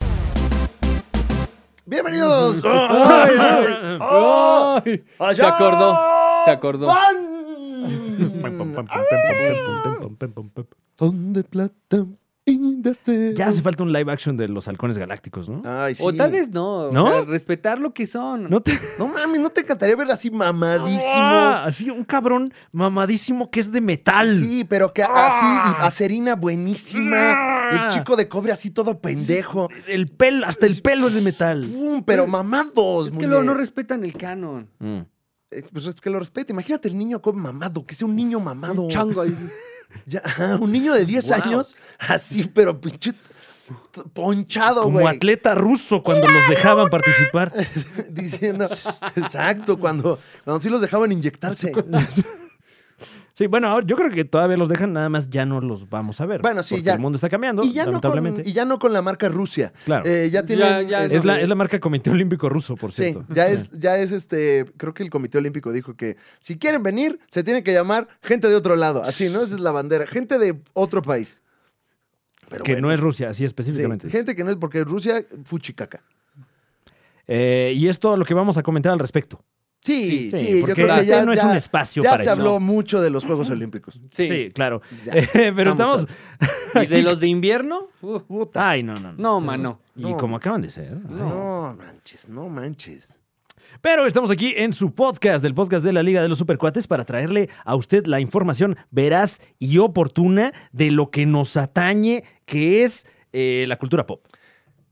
Bienvenidos. Ay, ay, ¡Ah! ay. Allá Se acordó, se acordó. van. Son de plata y de acero. Ya hace falta un live action de los halcones galácticos, ¿no? Ay, sí. O tal vez no, ¿No? o sea, respetar lo que son. No te... No mames, ¿no te encantaría ver así mamadísimos? Ah, Así, un cabrón mamadísimo que es de metal. Sí, pero que así, y acerina buenísima. Ah. El chico de cobre así todo pendejo. El pelo, hasta el pelo es de metal. Pum, pero mamados. es que muñe. luego no respetan el canon. Mm. Eh, Pues es que lo respete. Imagínate el niño con mamado, que sea un niño mamado. Un chango ahí. Ya, ajá, un niño de 10 Wow. años, así, pero pinche t- ponchado, Como güey. atleta ruso cuando los dejaban participar. Diciendo, exacto, cuando, cuando sí los dejaban inyectarse. Sí, bueno, ahora yo creo que todavía los dejan, nada más ya no los vamos a ver. Bueno, sí, porque ya. El mundo está cambiando, Y ya, no con, lamentablemente. y ya no con la marca Rusia. Claro. Eh, ya Ya- tienen, ya- este, es, la, es la marca Comité Olímpico Ruso, por Sí, cierto. ya es, ya es este, creo que el Comité Olímpico dijo que si quieren venir, se tiene que llamar gente de otro lado. Así, ¿no? Esa es la bandera. Gente de otro país. Pero que bueno, no es Rusia, así sí, específicamente. gente que no es porque Rusia, fuchicaca. Eh, y es todo lo que vamos a comentar al respecto. Sí, sí, yo porque creo que este ya, no es ya- un espacio ya para se eso. habló mucho de los Juegos Olímpicos. Sí, Sí. claro. Ya. Eh, pero Vamos estamos... ¿Y de los de invierno? Uf. Ay, no, no, no. No, mano. Y no. como acaban de ser. ay. No manches, no manches. Pero estamos aquí en su podcast, del podcast de la Liga de los Supercuates, para traerle a usted la información veraz y oportuna de lo que nos atañe, que es eh, la cultura pop.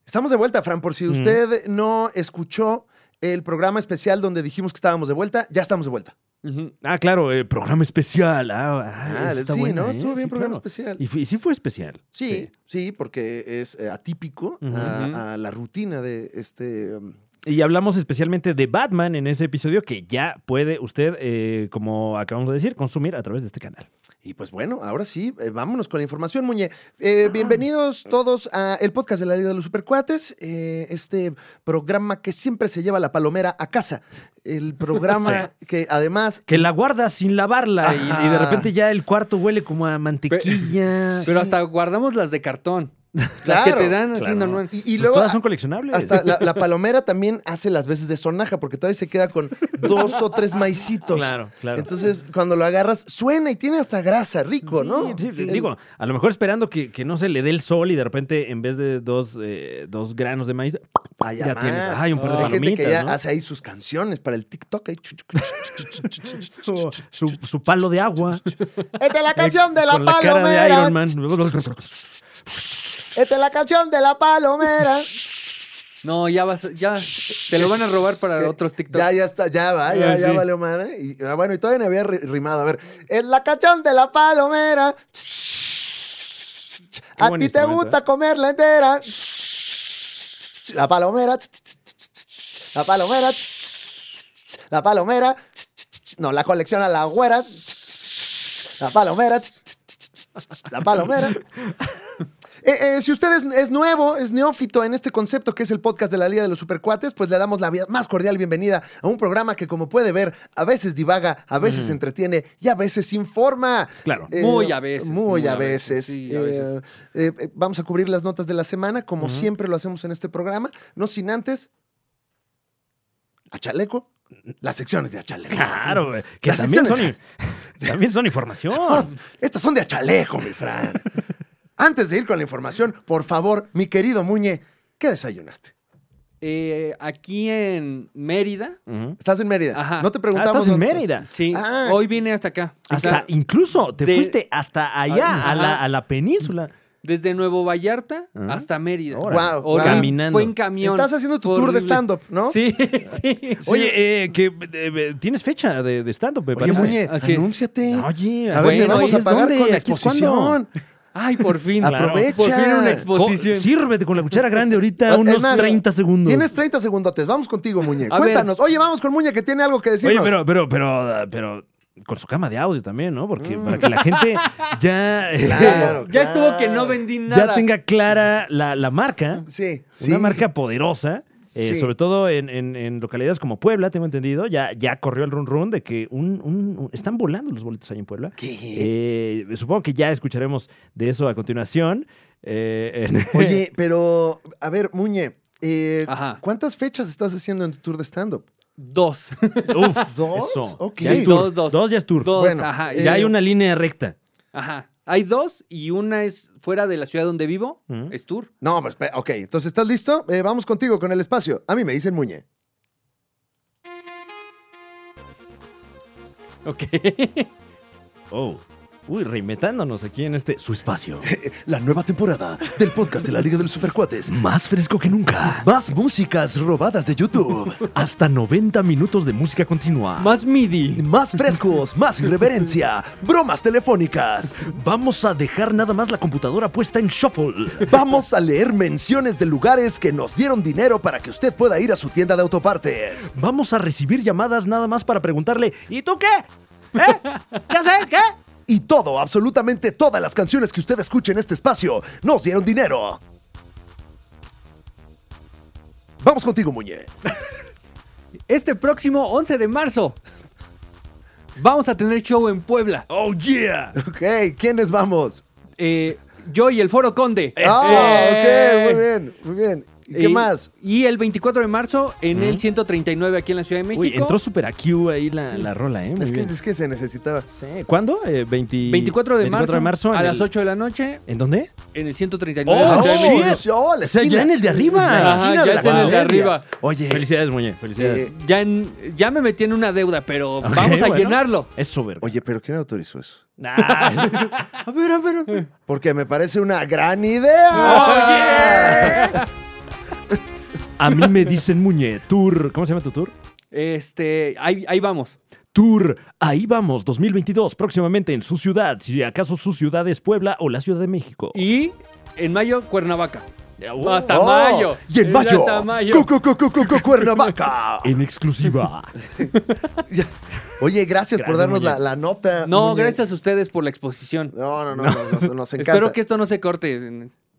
Estamos de vuelta, Fran, por si Mm. usted no escuchó el programa especial donde dijimos que estábamos de vuelta, ya estamos de vuelta. Ujú. Ah, claro, eh, programa especial. Ah, ah, Ah, esa está sí, buena, ¿no? ¿eh? Estuvo bien Sí, programa claro. especial. Y, fue- y sí fue especial. Sí, sí, porque es eh, atípico Ujú. a, a la rutina de este. um, Y hablamos especialmente de Batman en ese episodio que ya puede usted, eh, como acabamos de decir, consumir a través de este canal. Y pues bueno, ahora sí, eh, vámonos con la información, Muñe. Eh, bienvenidos todos a el podcast de la Liga de los Supercuates, eh, este programa que siempre se lleva la palomera a casa. El programa que además. Que la guardas sin lavarla y, y de Ajá. repente ya el cuarto huele como a mantequilla. Pero hasta guardamos las de cartón. las que Claro, te dan así claro. normal. Y, y Pues luego. todas son coleccionables. Hasta la, la palomera también hace las veces de sonaja, porque todavía se queda con dos o tres maicitos. Claro, claro. Entonces, cuando lo agarras, suena y tiene hasta grasa, rico, ¿no? Sí, sí, El- Digo, a lo mejor esperando que, que no se le dé el sol y de repente en vez de dos, eh, dos granos de maíz, Ay, ya además, tienes. Ay, un par de Ay, Ah, Hay gente que palomitas, ya ¿no? hace ahí sus canciones para el TikTok. ahí. su, su- su palo de agua. Esta es la canción de la Eh, con la cara de palomera. Iron Man. Esta es la canción de la palomera. No, ya vas, ya te lo van a robar para otros TikTok. Ya, ya está, ya va, ya, Ah, ya sí. valió madre. Y, ah, bueno, y todavía no había ri- rimado. A ver, es la canción de la palomera. A buen ti te instrumento, gusta ¿eh? comerla entera. La palomera. La palomera. La palomera. No, la colecciona la güera. La palomera. La palomera. Eh, eh, si usted es, es nuevo, es neófito en este concepto que es el podcast de la Liga de los Supercuates, pues le damos la vi- más cordial bienvenida a un programa que, como puede ver, a veces divaga, a veces entretiene y a veces informa. Claro. Muy a veces, Eh, Muy, a veces. sí, a veces. Eh, eh, eh, vamos a cubrir las notas de la semana, como siempre lo hacemos en este programa, no sin antes. A chaleco. Las secciones de a chaleco. Claro, güey, que Las también son, secciones. i- también son Ah, información. Estas son de achalejo, mi Fran. Antes de ir con la información, por favor, mi querido Muñe, ¿qué desayunaste? Eh, aquí en Mérida, Ujú. ¿Estás en Mérida? Ajá. No te Ah, preguntamos. estás en dónde Mérida. sí, Ah. hoy vine hasta acá. O sea, Hasta, incluso te de- fuiste hasta allá, Ajá. a la, a la península. desde Nuevo Vallarta Ah. hasta Mérida. Órale. Guau, Hoy guau. Caminando. Fue en camión. Estás haciendo tu Fue tour de horrible. stand-up, ¿no? Sí, sí. Oye, eh, que eh, tienes fecha de, de stand-up, me Oye, parece. Muñe, Así es. anúnciate. Oye, a ver, bueno, le vamos ahí a es pagar donde, con la aquí es cuando. exposición. Ay, por fin. Claro. Aprovecha. Por fin una Co- exposición. Sírvete con la cuchara grande ahorita Ah, Es unos más, 30 segundos. Tienes 30 segundotes. Vamos contigo, Muñe. A ver. Cuéntanos. Oye, vamos con Muñe que tiene algo que Oye, decirnos. pero, pero, pero, pero con su cama de audio también, ¿no? Porque para que la gente ya, eh, Claro, ya estuvo que claro. no vendí nada. ya tenga clara la, la marca. Sí, sí. Una marca poderosa. eh, Sí. Sobre todo en, en- en localidades como Puebla, tengo entendido, ya, ya corrió el run run de que un, un- un- están volando los boletos ahí en Puebla. ¿Qué? Eh, supongo que ya escucharemos de eso a continuación. eh, en- Oye, pero, a ver, Muñe, Eh, Ajá. ¿Cuántas fechas estás haciendo en tu tour de stand-up? Dos. Uf, ¿Dos? eso. Ok. Ya es tour. Dos, Dos, dos. ya es tour. Dos, Bueno, ajá. eh, Ya hay una línea recta. Ajá. Hay dos y una es fuera de la ciudad donde vivo, Ujú. es tour. No, pues, pe- ok. Entonces, ¿estás listo? Eh, vamos contigo con el espacio. A mí me dicen Muñe. Ok. Oh. Uy, reinventándonos aquí en este su espacio. eh, La nueva temporada del podcast de la Liga de los Supercuates. Más fresco que nunca. Más músicas robadas de YouTube. Hasta 90 minutos de música continua. Más MIDI. Más frescos, más irreverencia, bromas telefónicas. Vamos a dejar nada más la computadora puesta en shuffle. Vamos a leer menciones de lugares que nos dieron dinero para que usted pueda ir a su tienda de autopartes. Vamos a recibir llamadas nada más para preguntarle, ¿y tú qué? ¿Eh? ¿Ya sé qué? Y todo, absolutamente todas las canciones que usted escuche en este espacio, nos dieron dinero. Vamos contigo, Muñe. Este próximo 11 de marzo vamos a tener show en Puebla. Oh yeah. Ok, ¿quiénes vamos? Eh, yo y el Foro Conde. Ah, ok, Eh, muy bien, muy bien. ¿Y qué y- más? Eh, Y el 24 de marzo en el 139 aquí en la Ciudad de México. Uy, entró super a Q ahí la, la rola, ¿eh? Muy Es que, bien. es que se necesitaba. Sí. ¿Cuándo? Eh, 20 24 de marzo, en a el- las 8 de la noche ¿En dónde? en el 139 de Oh, la Ciudad de México. shit. Ah, sí, oh, la O sea, esquina. ya en el de arriba. La Ajá, esquina de ya la es en el de comedia. arriba. Oye, Felicidades, Muñe. Felicidades. eh, Ya, en- ya me metí en una deuda, pero Ok, vamos a bueno. llenarlo. Es Ah. sober. oye, pero ¿quién autorizó eso? a ver, a ver, a ver. Porque me parece una gran idea. A mí me dicen Muñe, Tour. ¿Cómo se llama tu tour? Este, ahí, ahí vamos. Tour, ahí vamos, 2022, próximamente en su ciudad, si acaso su ciudad es Puebla o la Ciudad de México. Y en mayo, Cuernavaca. Hasta Oh, mayo. Y en Eh, mayo. Hasta mayo. cu- cu- cu- cu- cu- cu- Cuernavaca. En exclusiva. Ya. Oye, gracias, por Gracias, darnos la, Muñe. la nota. No, Muñe. gracias a ustedes por la exposición. No, no, no, nos, nos- nos encanta. Espero que esto no se corte.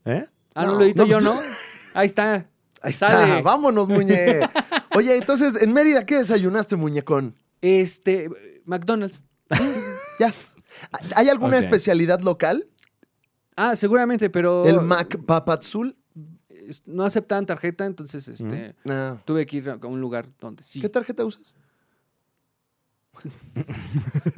¿Eh? Ah, no, No. lo edito No, yo, tú- ¿no? Ahí está. Ahí está, Sale. vámonos, Muñe. Oye, entonces, en Mérida, ¿qué desayunaste, muñecón? Este, McDonald's. Ya. ¿Hay alguna Ok. especialidad local? Ah, seguramente, pero ¿El Mac Papatzul? es- no aceptaban tarjeta, entonces este, No. tuve que ir a a un lugar donde sí. Ah. ¿Qué tarjeta usas?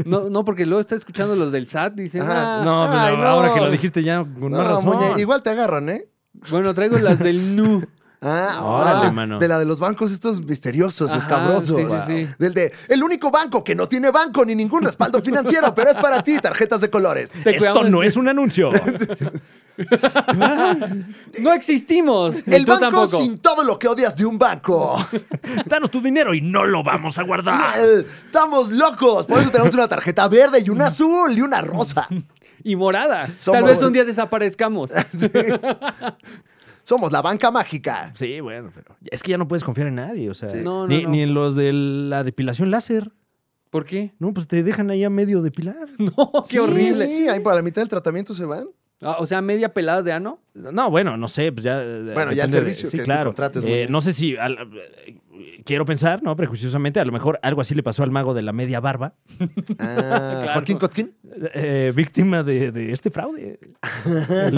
No, no, porque luego está escuchando los del SAT, dicen, Ajá. ah, No, pues, Ay, no, no. ahora que lo dijiste ya con más No, razón. Muñe, igual te agarran, ¿eh? bueno, traigo las del NU. Ah, Órale, ah, mano. De la de los bancos estos misteriosos, Ajá, escabrosos. sí, sí, sí. Del de, el único banco que no tiene banco ni ningún respaldo financiero, pero es para ti, tarjetas de colores. Te Esto cuidamos- no es un anuncio. No existimos. ni El tú banco tampoco. sin todo lo que odias de un banco. Danos tu dinero y no lo vamos a Ah. guardar. Eh, Estamos locos. Por eso tenemos una tarjeta verde y una azul y una rosa. Y morada. Somos- Tal vez un día desaparezcamos. Somos la banca mágica. Sí, bueno, pero es que ya no puedes confiar en nadie, o sea, Sí. No, no, ni, no. ni en los de la depilación láser. ¿Por qué? No, pues te dejan ahí a medio depilar. No, qué Sí, horrible. Sí, ahí para la mitad del tratamiento se van. Ah, o sea, media pelada de ano. No, bueno, no sé, pues ya. Bueno, ya el servicio que tú contrates, Eh, güey. no sé si. al- eh, quiero pensar, ¿no? Prejuiciosamente, a lo mejor algo así le pasó al mago de la media barba, Ah, Joaquín Kotkin. eh, víctima de, de este fraude. El,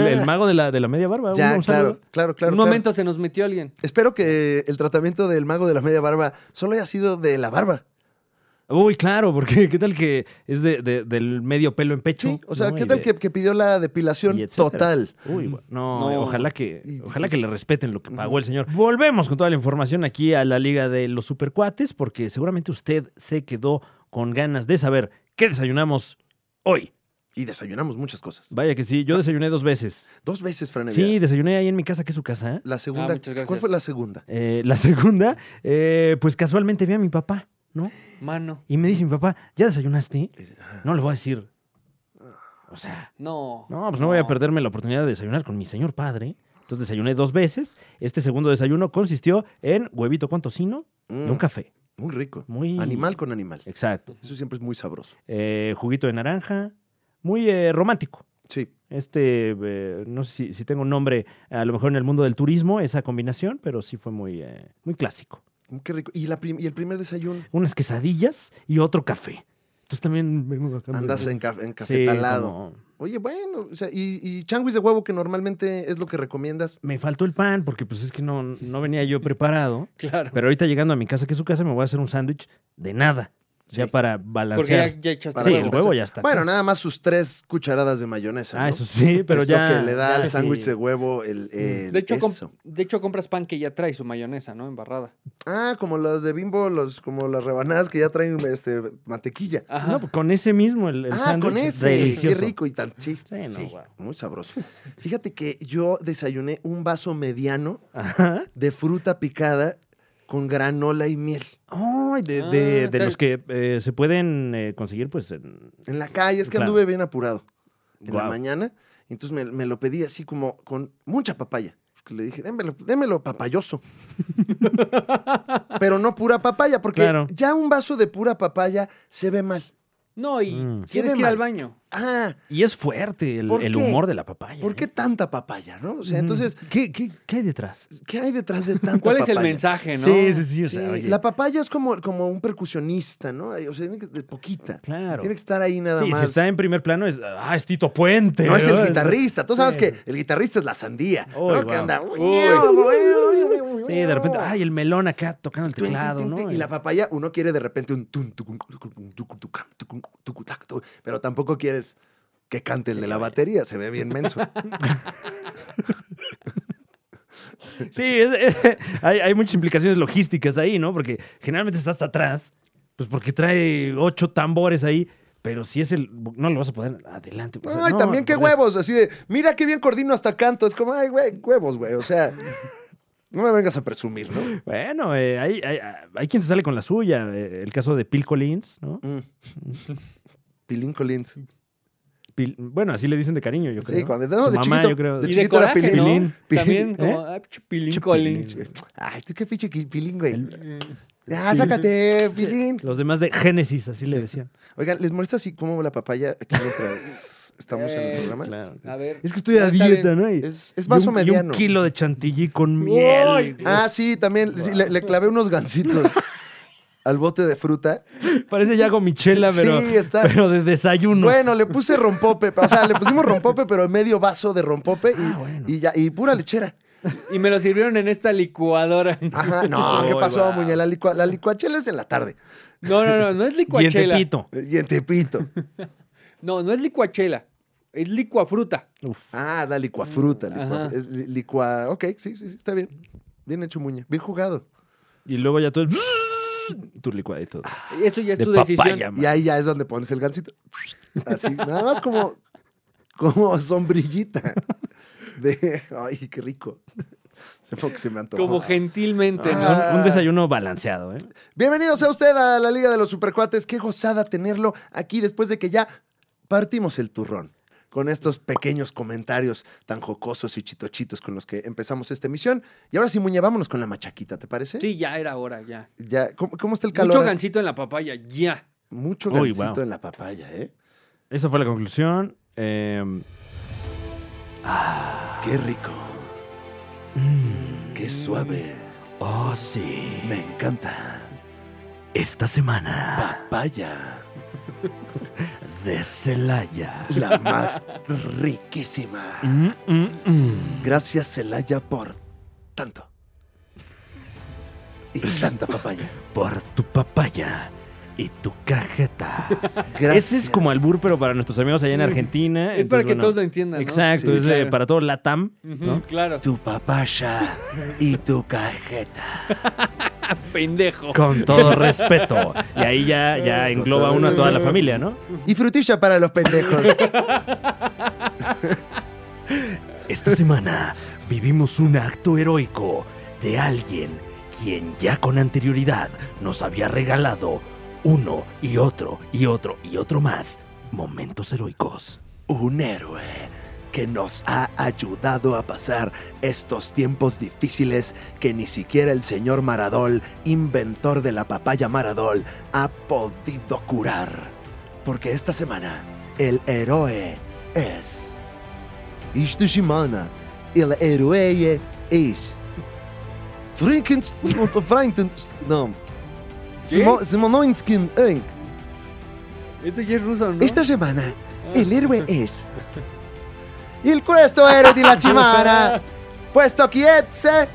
el mago de la, de la media barba. Ya, un- un claro, saludo. claro, claro. Ah, un claro. momento se nos metió alguien. Espero que el tratamiento del mago de la media barba solo haya sido de la barba. Uy, claro, porque ¿qué tal que es de, de- del medio pelo en pecho? Sí, o sea, ¿no? ¿qué Y tal de- que, que pidió la depilación y etcétera. total? Uy, bueno, no, No. ojalá que Y- pues ojalá que le respeten lo que pagó el señor. Volvemos con toda la información aquí a la Liga de los Supercuates porque seguramente usted se quedó con ganas de saber qué desayunamos hoy. Y desayunamos muchas cosas. Vaya que sí, yo desayuné dos veces. Dos veces, Franevia. Sí, desayuné ahí en mi casa, que es su casa. ¿eh? La segunda. Ah, muchas gracias. ¿Cuál fue la segunda? Eh, la segunda, eh, pues casualmente vi a mi papá, ¿no? Mano. Y me dice mi papá, ¿ya desayunaste? No le voy a decir. O sea, No. No, pues no voy a perderme la oportunidad de desayunar con mi señor padre. Entonces desayuné dos veces. Este segundo desayuno consistió en huevito con tocino y Mm, un café. Muy rico. Muy... Animal con animal. Exacto. Eso siempre es muy sabroso. Eh, juguito de naranja. Muy eh, romántico. Sí. Este, eh, no sé si, si tengo un nombre, a lo mejor en el mundo del turismo, esa combinación, pero sí fue muy, eh, muy clásico. Mm, Qué rico. ¿Y, la prim- y el primer desayuno? Unas quesadillas y otro café. Entonces pues también vengo acá. Andas medio- en, ca- en Sí, cafetalado. como, Oye, bueno, o sea, y, y changuis de huevo, que normalmente es lo que recomiendas. Me faltó el pan porque pues es que no, no venía yo preparado. Claro. Pero ahorita llegando a mi casa, que es su casa, me voy a hacer un sándwich de nada. Ya Sí. para Porque ya, balancear. ya echaste para sí, el huevo. huevo ya está. Bueno, nada más sus tres cucharadas de mayonesa. Ah, ¿no? eso sí, pero Es ya. Lo que le da ya Mm. al sí. sándwich de huevo el. el De hecho, com- eso. de hecho, compras pan que ya trae su mayonesa, ¿no? Embarrada. Ah, como las de bimbo, los, como las rebanadas que ya traen este, mantequilla. Ajá. No, pues con ese mismo, el, el ah, sándwich. con es ese. Delicioso. Qué rico y tan. Sí, pues, Sí, no, sí, guau. muy sabroso. Fíjate que yo desayuné un vaso mediano Ajá. de fruta picada con granola y miel. Ay, de, Ah, de- de tal- los que eh, se pueden eh, conseguir, pues. en- En la calle, es que Claro. anduve bien apurado en la Guau. mañana. Entonces me, me lo pedí así como con mucha papaya. Porque Le dije, démelo, démelo papayoso. Pero no pura papaya, porque Claro. ya un vaso de pura papaya se ve mal. No, y Mm. tienes Sí, ve que ir al mal. baño. Ah, Y es fuerte el, ¿Por el qué? humor de la papaya. ¿por qué ¿eh? tanta papaya, no? O sea, Ujú. entonces, ¿Qué, qué, qué hay detrás? ¿qué hay detrás de tanta ¿Cuál es el papaya? mensaje, no? sí. Sí, la papaya es como, como un percusionista, ¿no? O sea, tiene que- de poquita. Claro. Tiene que estar ahí nada Sí, más. si está en primer plano, es. Ah, es Tito Puente. No es el ¿verdad? guitarrista. Tú sabes Sí. que el guitarrista es la sandía. Uy, ¿no? wow. Que anda. Sí, de repente, ay, el melón acá tocando el Tun, tun, teclado, tun, ¿no? tun, Y la papaya, uno quiere de repente un tun, tucun, tucun, tucun, tucam, tucun, tucu, tac, tu, pero tampoco quieres que cante el de la batería, se ve bien menso. Sí, es- es- hay, hay muchas implicaciones logísticas ahí, ¿no? Porque generalmente está hasta atrás, pues porque trae ocho tambores ahí, pero si es el. No lo vas a poder adelante. pues, Ay, no, también qué por Dios. huevos, así de, mira qué bien coordino hasta canto, es como, ay, güey, huevos, güey, o sea, no me vengas a presumir, ¿no? Bueno, eh, hay, hay, hay quien se sale con la suya. eh, el caso de Phil Collins, ¿no? Mm. Pilín Collins. Pil- bueno, así le dicen de cariño, yo creo. Sí, cuando no, Su de mamá, chiquito, yo creo. de y de chiquito era coraje, Pilín. ¿no? Pilín. También Pilín, como, ah, pinche Pilín ¿Eh? Pinche Collins. Pilín. Ay, tú qué pinche Pilín, güey. El- Ya, sácate, Pilín. los demás de Génesis, así le decían. Oigan, ¿les molesta así como la papaya aquí mientras estamos en Eh, el programa? Claro. A ver. Es que estoy a está dieta, bien. ¿no? Y- Ah, Es, es y vaso un- y mediano. un kilo de chantilly con Uy. miel. güey. Ah, sí, también sí, le, le clavé unos gancitos al bote de fruta. Parece Yago Michela, Sí, pero, está- pero de desayuno. Bueno, le puse rompope, o sea, le pusimos rompope, pero medio vaso de rompope y, Ah, bueno. y ya, y pura lechera. Y me lo sirvieron en esta licuadora. Ajá, no, ¿qué Uy, pasó, guau. muñe? La, licua- la licuachela es en la tarde. No, no, no, no es y en licuachela. Tepito. Y en Tepito. No, no es licuachela. Es licuafruta. Uf. Ah, la licuafruta. Ajá. Licua, es li- licua- ok, sí, sí, sí, está bien. Bien hecho, muñe. Bien jugado. Y luego ya todo. ¡Ah! Tu licuadito. Eso ya es de tu papaya, decisión. man. Y ahí ya es donde pones el gancito. Así, nada más como, como sombrillita. De, ay, qué rico. Se fue que se me antojó. Como gentilmente, Es ¿no? Ah. un, un desayuno balanceado, ¿eh? Bienvenido sea usted a la Liga de los Supercuates. Qué gozada tenerlo aquí después de que ya partimos el turrón. Con estos pequeños comentarios tan jocosos y chitochitos con los que empezamos esta emisión. Y ahora sí, Muñe, vámonos con la machaquita, ¿te parece? Sí, ya era hora, ya. Ya, ¿cómo, cómo está el calor? Mucho gancito en la papaya, ya. Mucho Uy, gansito wow. en la papaya, ¿eh? Esa fue la conclusión. Eh, Qué rico. Qué suave. oh, sí. Me encanta. Esta semana Papaya. de Celaya. La más riquísima. Mm, mm, mm. Gracias, Celaya, por tanto. Y tanta papaya. Por tu papaya y tu cajeta. Gracias. Mm. Ese es como albur, pero para nuestros amigos allá en Argentina. Es para que entonces, bueno, todos lo entiendan. ¿no? Exacto, Sí, es eh, claro. para todo Latam, Ujú, ¿no? Claro. Tu papaya y tu cajeta. Pendejo. Con todo respeto. Y ahí ya, ya Con engloba todo uno a toda la respeto. familia, ¿no? Y frutilla para los pendejos. Esta semana vivimos un acto heroico de alguien quien ya con anterioridad nos había regalado uno y otro y otro y otro más momentos heroicos. Un héroe que nos ha ayudado a pasar estos tiempos difíciles que ni siquiera el señor Maradol, inventor de la papaya Maradol, ha podido curar. Porque esta semana el héroe es... Esta semana el héroe es... Frankenstein... No. ¿Qué? Simonoinskin, Esto ya es ruso, ¿no? Ah. Esta semana, el héroe es. Il questo héroe di la chimara. Puesto quietze.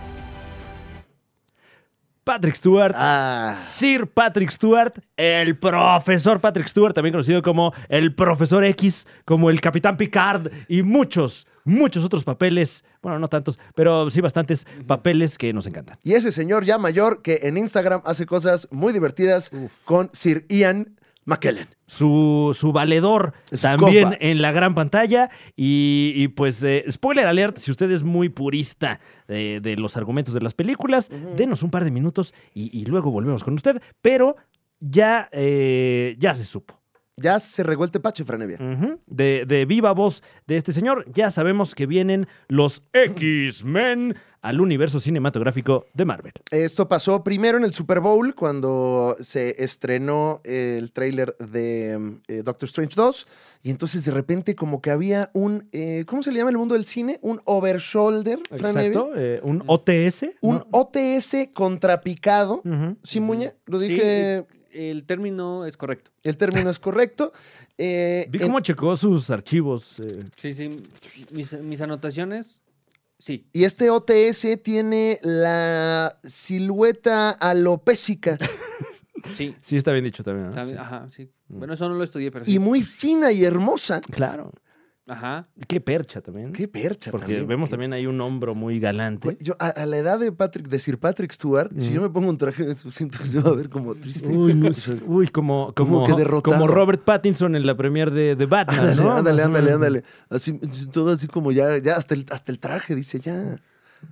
Patrick Stewart. Ah. Sir Patrick Stewart, el profesor Patrick Stewart, también conocido como el profesor X, como el capitán Picard y muchos, muchos otros papeles, bueno, no tantos, pero sí bastantes papeles que nos encantan. Y ese señor ya mayor que en Instagram hace cosas muy divertidas con Sir Ian McKellen. Su, su valedor Es también compa. en la gran pantalla y, y, pues eh, spoiler alert, si usted es muy purista de, de los argumentos de las películas, denos un par de minutos y, y luego volvemos con usted, pero ya, eh, ya se supo. Ya se revuelve Pache Franevia. Ujú. de, de viva voz de este señor, ya sabemos que vienen los X-Men al universo cinematográfico de Marvel. Esto pasó primero en el Super Bowl cuando se estrenó el tráiler de mm, eh, Doctor Strange 2 y entonces de repente como que había un, eh, ¿cómo se le llama en el mundo del cine? Un overshoulder, Fran Evia. Exacto, eh, un OTS. Un ¿no? OTS contrapicado. Ujú. ¿Sí, Muña? Lo Sí, dije, el término es correcto. el término es correcto. Eh, Vi en- cómo checó sus archivos. eh. Sí, sí. Mis, mis anotaciones, sí. Y este OTS tiene la silueta alopésica Sí. Sí, está bien dicho también. ¿no? También- Ah, Sí. Mm. Ajá, sí. Bueno, eso no lo estudié, pero sí. y muy fina y hermosa. Claro. Ajá. Qué percha también. Qué percha Porque vemos qué también hay un hombro muy Güey, galante. yo, a, a la edad de Patrick, de Sir Patrick Stewart, si Ujú. yo me pongo un traje de eso, siento que se va a ver como triste. Uy, no sé. Uy, como, como, Como que derrotado. como Robert Pattinson en la premier de, de Batman. Ándale, ¿no? ándale, Más o ándale, menos. ándale. Así, todo así como ya, ya hasta el, hasta el traje, dice ya.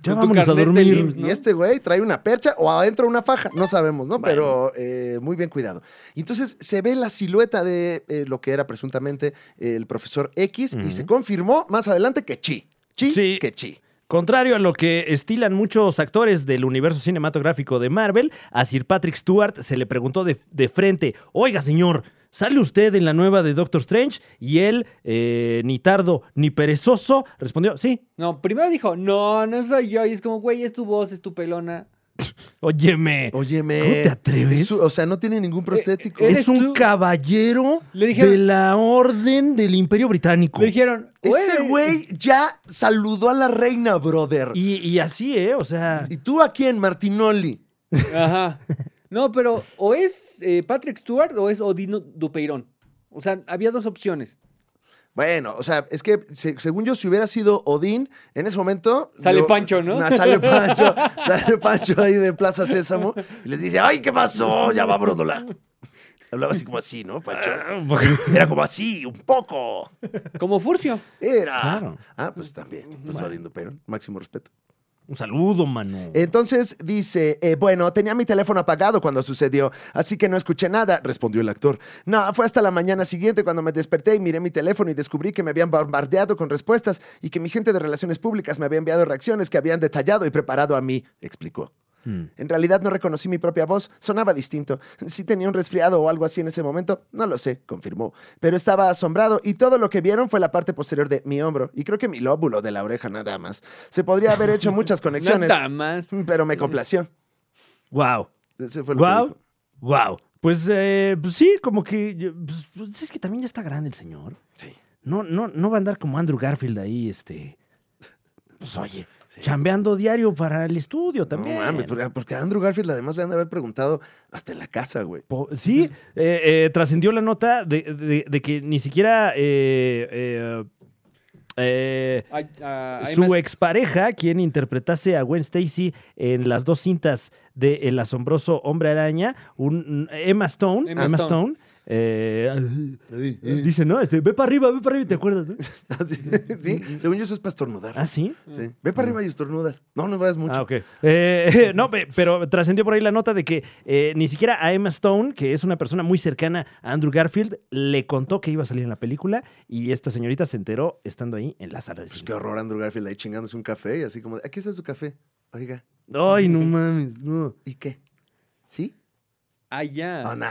Ya Con tu vámonos a carnet dormir. del IMSS, Y ¿no? este güey trae una percha o adentro una faja, no sabemos, ¿no? Bueno. Pero eh, muy bien cuidado. Y Entonces se ve la silueta de eh, lo que era presuntamente eh, el profesor X Ujú. y se confirmó más adelante que Chi. Chi, Sí. que Chi. Contrario a lo que estilan muchos actores del universo cinematográfico de Marvel, a Sir Patrick Stewart se le preguntó de, de frente, oiga señor, ¿sale usted en la nueva de Doctor Strange? Y él, eh, ni tardo ni perezoso, respondió, sí, No, primero dijo, no, no soy yo. Y es como, güey, es tu voz, es tu pelona. óyeme, Óyeme. ¿Cómo te atreves? es su- o sea, no tiene ningún prostético. eh, es ¿eres un tú? caballero Le dijeron- de la Orden del Imperio Británico. Le dijeron, Ese "Oye, güey ya saludó a la reina, brother. ¿Y, Y, y así, ¿eh? O sea, tú a quién, Martinoli? Ajá. No, pero o es eh, Patrick Stewart o es Odino Dupeirón. O sea, había dos opciones. Bueno, o sea, es que se- según yo, si hubiera sido Odín, en ese momento. Sale yo- Pancho, ¿no? sale Pancho, sale Pancho ahí de Plaza Sésamo y les dice: ¡Ay, qué pasó! Ya va a brodolar. Hablaba así como así, ¿no, Pancho? Era como así, un poco. Como Furcio. Era. Claro. Ah, pues también. Pues Odín, pero máximo respeto. un saludo, mano. Entonces dice, eh, bueno, tenía mi teléfono apagado cuando sucedió, así que no escuché nada, respondió el actor. No, fue hasta la mañana siguiente cuando me desperté y miré mi teléfono y descubrí que me habían bombardeado con respuestas y que mi gente de relaciones públicas me había enviado reacciones que habían detallado y preparado a mí, explicó. Mm. En realidad no reconocí mi propia voz, sonaba distinto. Si tenía un resfriado o algo así en ese momento, no lo sé, confirmó. Pero estaba asombrado y todo lo que vieron fue la parte posterior de mi hombro y creo que mi lóbulo de la oreja nada más. Se podría haber hecho muchas conexiones. Nada más. Pero Mm. me complació. Wow. Ese fue lo que Wow, dijo. wow. Pues, eh, pues sí, como que yo- pues, pues es que también ya está grande el señor. Sí. No, no, no va a andar como Andrew Garfield ahí, este. Pues oye, chambeando diario para el estudio también. No mames, porque- porque a Andrew Garfield además le han de haber preguntado hasta en la casa, güey. Po- Sí, eh, eh, trascendió la nota de, de- de que ni siquiera eh, eh, eh, Ay, ah, ahí su me- expareja, quien interpretase a Gwen Stacy en las dos cintas de El asombroso hombre araña, un, Emma Stone, Emma, Emma Stone. Stone, eh, Dice, ¿no? Este, ve para arriba, ve para arriba y te acuerdas, ¿no? sí, según yo eso es para estornudar. ¿Ah, sí? Mm. Sí. Ve para arriba y estornudas. No, no vayas mucho. Ah, ok. Eh, no, pe- pero trascendió por ahí la nota de que eh, ni siquiera a Emma Stone, que es una persona muy cercana a Andrew Garfield, le contó que iba a salir en la película y esta señorita se enteró estando ahí en la sala de Pues cine. qué horror Andrew Garfield ahí chingándose un café y así como, de, aquí está su café. Oiga, Ay, no mames, no. ¿y qué? ¿Sí? Ah, ya. Oh, nah.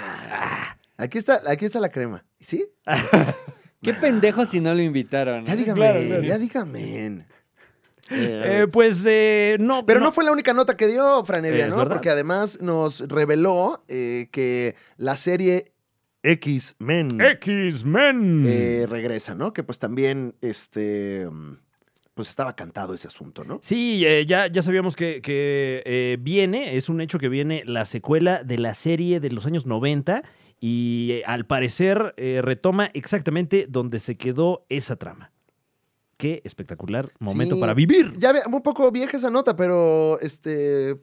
Aquí está, aquí está la crema. ¿Sí? Qué pendejo si no lo invitaron. Ya ¿no? dígame, Claro, claro. ya dígame. Eh, pues, eh, no. Pero no. fue la única nota que dio Franevia, Es ¿no? verdad. Porque además nos reveló eh, que la serie X-Men. X-Men. eh, regresa, ¿no? Que pues también, este, mm, pues estaba cantado ese asunto, ¿no? Sí, eh, ya, ya sabíamos que, que, eh, viene, es un hecho que viene la secuela de la serie de los años 90 y eh, al parecer eh, retoma exactamente donde se quedó esa trama. Qué espectacular momento Sí. para vivir. Ya ve- un poco vieja esa nota, pero este,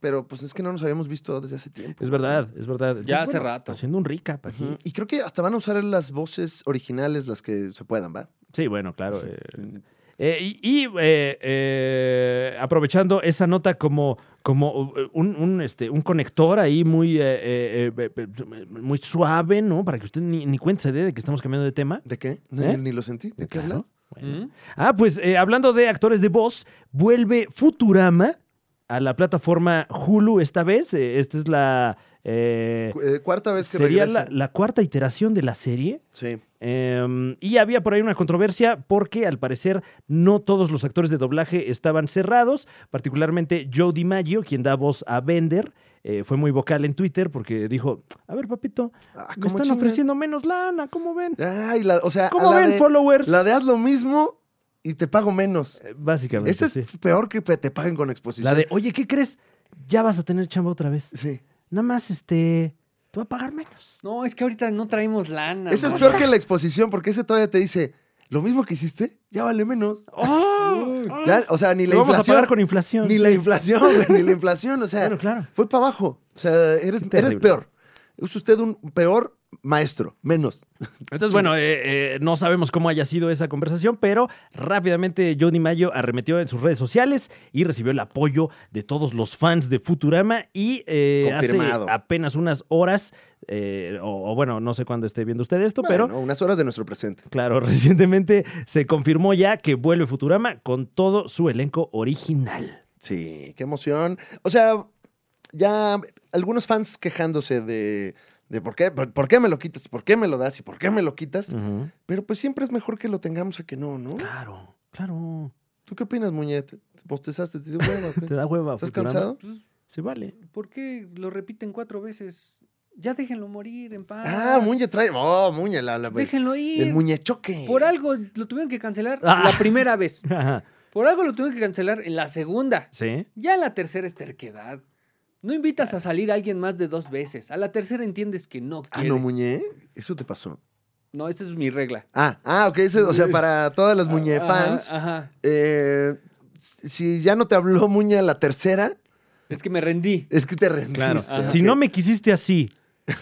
pero pues es que no nos habíamos visto desde hace tiempo. Es verdad, es verdad. Ya hace rato. Haciendo un recap aquí. Ujú. Y creo que hasta van a usar las voces originales las que se puedan, ¿va? Sí, bueno, claro. eh, eh, y y, eh, eh, aprovechando esa nota como, como eh, un, un, este, un conector ahí muy, eh, eh, eh, eh, muy suave, ¿no? Para que usted ni, ni cuenta se dé de que estamos cambiando de tema. ¿De qué? No, ¿Eh? Ni lo sentí. ¿De qué Claro, hablas? Mm. bueno. Ah, pues eh, hablando de actores de voz, vuelve Futurama a la plataforma Hulu esta vez. Eh, esta es la. eh, Cu- eh, cuarta vez que sería regresa. la, la cuarta iteración de la serie. Sí. Eh, y había por ahí una controversia porque al parecer no todos los actores de doblaje estaban cerrados, particularmente Joe DiMaggio, quien da voz a Bender. eh, fue muy vocal en Twitter porque dijo, a ver papito, Ah, me ¿cómo están chingas? ofreciendo menos lana, ¿cómo ven? Ay, la, o sea, a ¿Cómo la, ven, de, followers? la de haz lo mismo y te pago menos. Eh, Básicamente, Esa es sí. peor que pe- te paguen con exposición. La de, oye, ¿qué crees? Ya vas a tener chamba otra vez. Sí. Nada más, este, te va a pagar menos. No, es que ahorita no traemos lana. Esa es man. peor que la exposición porque ese todavía te dice, lo mismo que hiciste, ya vale menos. ¡Oh! Ya, o sea, ni la Lo vamos a inflación. pagar con inflación. Ni la inflación, güey, ni la inflación. O sea, Bueno, claro. fue para abajo. O sea, eres, Qué eres terrible. peor. Es usted un peor maestro, menos. Entonces, bueno, eh, eh, no sabemos cómo haya sido esa conversación, pero rápidamente Johnny Mayo arremetió en sus redes sociales y recibió el apoyo de todos los fans de Futurama y eh, hace Confirmado. apenas unas horas, eh, o, o bueno, no sé cuándo esté viendo usted esto, pero Bueno, unas horas de nuestro presente. Claro, recientemente se confirmó ya que vuelve Futurama con todo su elenco original. Sí, qué emoción. O sea, ya algunos fans quejándose de, de por, qué, por, por qué me lo quitas, por qué me lo das y por qué me lo quitas. Pero pues siempre es mejor que lo tengamos a que no, ¿no? Mm. Claro, claro. ¿Tú qué opinas, muñete? ¿Bostezaste? ¿Te dio hueva, o qué? ¿Te da hueva ¿Estás Futurama? cansado? Pues, Se vale. ¿Por qué lo repiten cuatro veces? Ya déjenlo morir en paz. Ah, Muñe trae. Oh, Muñe, la, la- Déjenlo el ir. muñechoque. Por algo lo tuvieron que cancelar Ah. la primera vez. Ajá. Por algo lo tuvieron que cancelar en la segunda. ¿Sí? Ya la tercera es terquedad. No invitas a salir a alguien más de dos veces. A la tercera entiendes que no Ah, quiere. no, no, Muñe, eso te pasó. esa es mi regla. Ah, ah, ok, ese- o sea, para todas las Ah, Muñe ajá, fans, ajá. eh, si ya no te habló Muñe a la tercera, Es que me rendí. es que te rendiste. Claro. Ah, ok. Si no me quisiste así,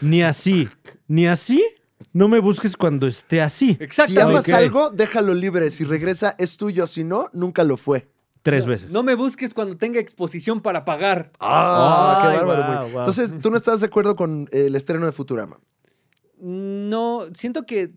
ni así, ni así, no me busques cuando esté así. Exacto. Si amas Ok. algo, déjalo libre. Si regresa, es tuyo. Si no, nunca lo fue. Tres veces. No me busques cuando tenga exposición para pagar. ¡Ah! Ay, ¡Qué bárbaro, guau, güey. guau. Entonces, ¿tú no estás de acuerdo con eh, el estreno de Futurama? No, siento que.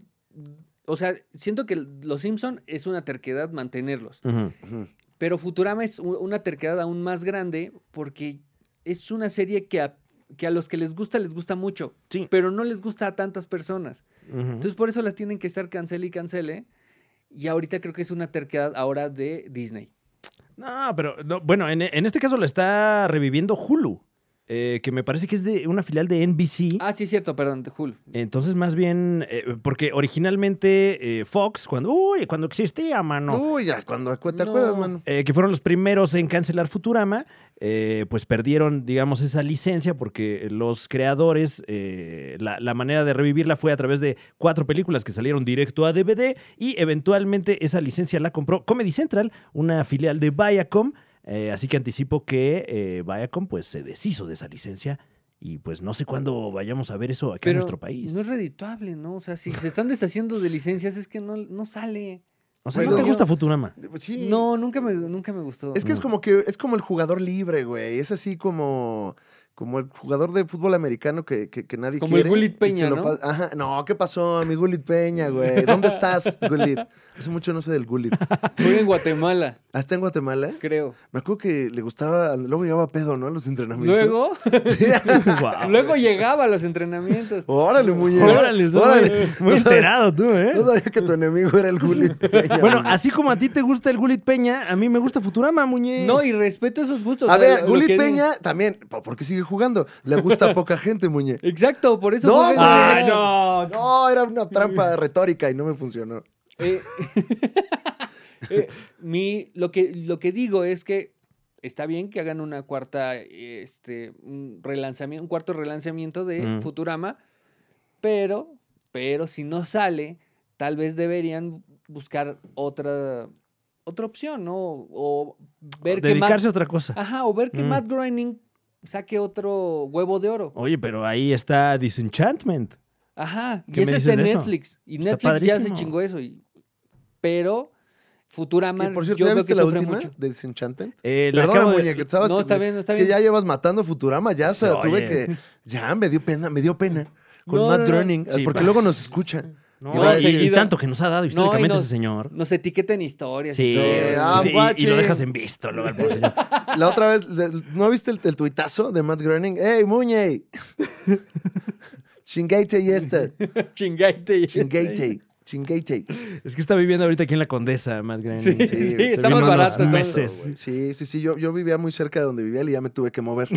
O sea, siento que Los Simpson es una terquedad mantenerlos. Ujú. Ujú. Pero Futurama es u- una terquedad aún más grande porque es una serie que a, que a los que les gusta, les gusta mucho. Sí. Pero no les gusta a tantas personas. Ujú. Entonces, por eso las tienen que estar cancele y cancele. Y ahorita creo que es una terquedad ahora de Disney. No, pero no, bueno, en, en este caso la está reviviendo Hulu, eh, que me parece que es de una filial de NBC. Ah, sí, es cierto, perdón, de Hulu. Entonces, más bien, eh, porque originalmente eh, Fox, cuando, uy, cuando existía, mano, Uy, ya, cuando acu- te No. acuerdas, mano. eh, que fueron los primeros en cancelar Futurama, eh, pues perdieron, digamos, esa licencia porque los creadores, eh, la, la manera de revivirla fue a través de cuatro películas que salieron directo a DVD y eventualmente esa licencia la compró Comedy Central, una filial de Viacom, eh, así que anticipo que eh, Viacom pues se deshizo de esa licencia. Y pues no sé cuándo vayamos a ver eso acá en nuestro país. No es redituable, ¿no? O sea, si se están deshaciendo de licencias es que no, no sale. O sea, Bueno, ¿no te yo- gusta Futurama? Pues Sí. No, nunca me, nunca me gustó. Es que es como que es como el jugador libre, güey. Es así como, como el jugador de fútbol americano que, que- que nadie Como el quiere. Gullit y Peña, se lo ¿no? pa- Ajá. No, ¿qué pasó? Mi Gullit Peña, güey. ¿Dónde estás, Gullit? Hace mucho no sé del Gullit. Fue en Guatemala, ¿Hasta en Guatemala? creo. Me acuerdo que le gustaba, luego llevaba pedo, ¿no? A los entrenamientos. Luego, Sí. Ah, Guau. luego llegaba a los entrenamientos. Órale, muñe. Órale, estás muy, muy No sabía- enterado tú, ¿eh? No sabía que tu enemigo era el Gullit Peña. Bueno, güey. así como a ti te gusta el Gulit Peña, a mí me gusta Futurama, Muñe. No, y respeto esos gustos. A o sea, ver, lo Gullit que digo- Peña también. ¿Por por qué sigue jugando. Le gusta a poca gente, Muñe. Exacto, por eso. No, juegan- güey. ¡Ay, no! No, era una trampa retórica y no me funcionó. Eh, eh, mi, lo, que, lo que digo es que está bien que hagan una cuarta, este, un relanzamiento, un cuarto relanzamiento de Mm. Futurama, pero, pero si no sale, tal vez deberían buscar otra, otra opción, ¿no? O ver Ah. que Matt, Dedicarse a otra cosa. ajá, o ver que Mm. Matt Groening saque otro huevo de oro. Oye, pero ahí está Disenchantment. Ajá, ¿Qué y me ese es dices de de eso? Pues Netflix. Y Está Netflix ya se padrísimo. chingó eso. y- Pero Futurama, Que, por cierto, yo ¿ya veo viste que la sufre última mucho. de Disenchantment? Eh, la Perdona, acabo de- Muñe, que estabas- No, está bien, está es bien. que ya llevas matando Futurama, ya hasta Oye. tuve que... Ya, me dio pena, me dio pena. Con No, Matt no, no. Groening, Sí, porque va. luego nos escucha. No, Iba a y, decir- y tanto que nos ha dado históricamente no. ese señor. Nos etiqueten historias. Sí, y todo. Sí, ah, y, y- y lo watching. dejas en visto luego al pobre señor. La otra vez, de- ¿no viste el, el tuitazo de Matt Groening? ¡Ey, Muñe! Chingate y este. Chingaite. Chingate. Chingate. Es que está viviendo ahorita aquí en la Condesa, más grande. Sí, sí, Sí, está más unos barato. está- meses. güey. Sí, sí, sí. Yo, yo vivía muy cerca de donde vivía él y ya me tuve que mover.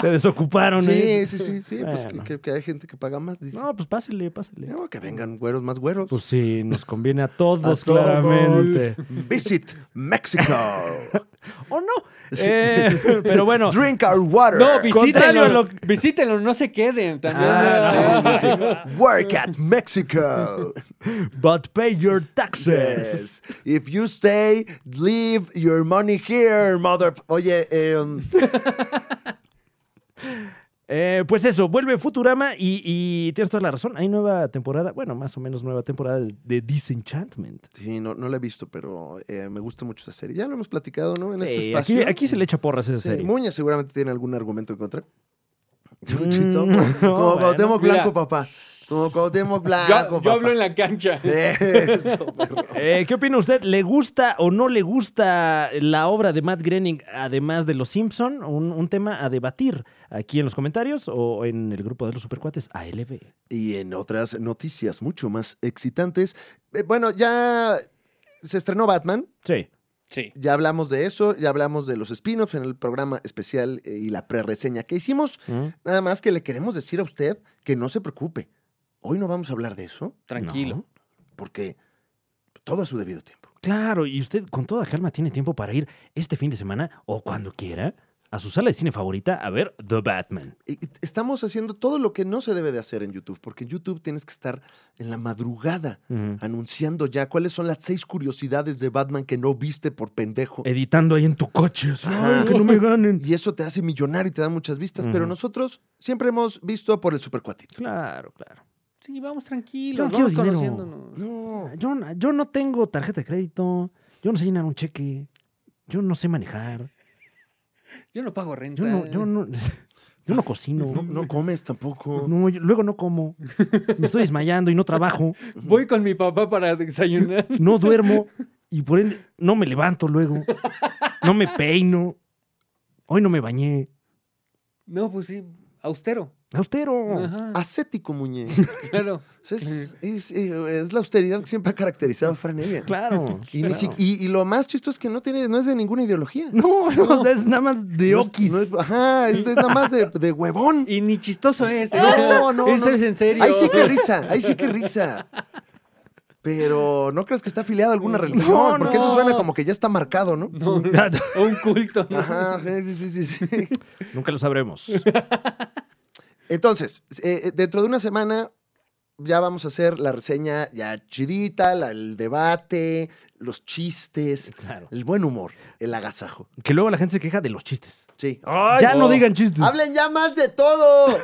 Te desocuparon. Sí, ¿eh? sí, sí, sí. Pues que, Bueno. que- que hay gente que paga más, dice. No, pues pásele, pásele. No, que vengan güeros más güeros. Pues sí, nos conviene a todos, A todos. claramente. Visit Mexico. ¿O no? Eh, pero bueno. Drink our water. No, Contrario a visítenlo. lo- Visítenlo, no se queden. También. Ah, Ah, sí, sí, sí. Work at Mexico. But pay your taxes. Yes. If you stay, leave your money here, mother. Oye, em, Eh, pues eso, vuelve Futurama y, y tienes toda la razón. Hay nueva temporada, bueno, más o menos nueva temporada de, de Disenchantment. sí, no, no la he visto, pero eh, me gusta mucho esa serie. Ya lo hemos platicado, ¿no? En este Sí, espacio. aquí, aquí se le echa porras a esa Sí, serie. Muña seguramente tiene algún argumento en contra. Mm, Chito, no, como bueno. Cuauhtémoc Mira. Blanco, papá. Como Cuauhtémoc Blanco, yo, yo hablo papá. en la cancha. Eso, perro. Eh, ¿Qué opina usted? ¿Le gusta o no le gusta la obra de Matt Groening, además de Los Simpson? Un, un tema a debatir aquí en los comentarios o en el grupo de los supercuates ALB. Y en otras noticias mucho más excitantes. eh, bueno, ya se estrenó Batman. Sí. Sí. Ya hablamos de eso, ya hablamos de los spin-offs en el programa especial eh, y la pre-reseña que hicimos. ¿Mm? Nada más que le queremos decir a usted que no se preocupe. Hoy no vamos a hablar de eso Tranquilo. No. porque todo a su debido tiempo. Claro, y usted con toda calma tiene tiempo para ir este fin de semana o cuando quiera a su sala de cine favorita a ver The Batman. Y- y Estamos haciendo todo lo que no se debe de hacer en YouTube, porque en YouTube tienes que estar en la madrugada anunciando ya cuáles son las seis curiosidades de Batman que no viste por pendejo. Eh. Editando ahí en tu coche. así, Ajá. "Ay, que no me ganen. Y eso te hace millonario y te da muchas vistas, pero Ujú. nosotros siempre hemos visto por el supercuatito. Claro, claro. Sí, vamos Yo tranquilos. no vamos quiero dinero. conociéndonos. No, Yo, no- yo no tengo tarjeta de crédito. Yo no sé llenar un cheque. Yo no sé manejar. Yo no pago renta. Yo no, yo no, yo no cocino. no, no comes tampoco. No, yo- luego no como. Me estoy desmayando y no trabajo. Voy con mi papá para desayunar. No duermo y por ende no me levanto luego. No me peino. Hoy no me bañé. No, pues sí, austero. Austero. Ajá, Ascético, Muñe. claro. O sea, Es, es- eh, es la austeridad que siempre ha caracterizado a Fran Evia. Claro. Y, ni claro. si- y- y lo más chistoso es que no, tiene, no es de ninguna ideología. No, no, o sea, es nada más de No es- okis. no es- ajá, es, es nada más de, de huevón. Y ni chistoso es. ¿eh? No, no, Eso no. es en serio. Ahí sí que risa, ahí sí que risa. Pero no crees que está afiliado a alguna religión, No, porque eso no. suena como que ya está marcado, ¿no? No, no, no, un culto. ¿no? Ajá, sí, sí, sí, sí. Nunca lo sabremos. Entonces, eh, eh, dentro de una semana ya vamos a hacer la reseña ya chidita, la- el debate, los chistes, Claro. el buen humor, el agasajo. Que luego la gente se queja de los chistes. Sí. ya no no. digan chistes. ¡Hablen ya más de todo!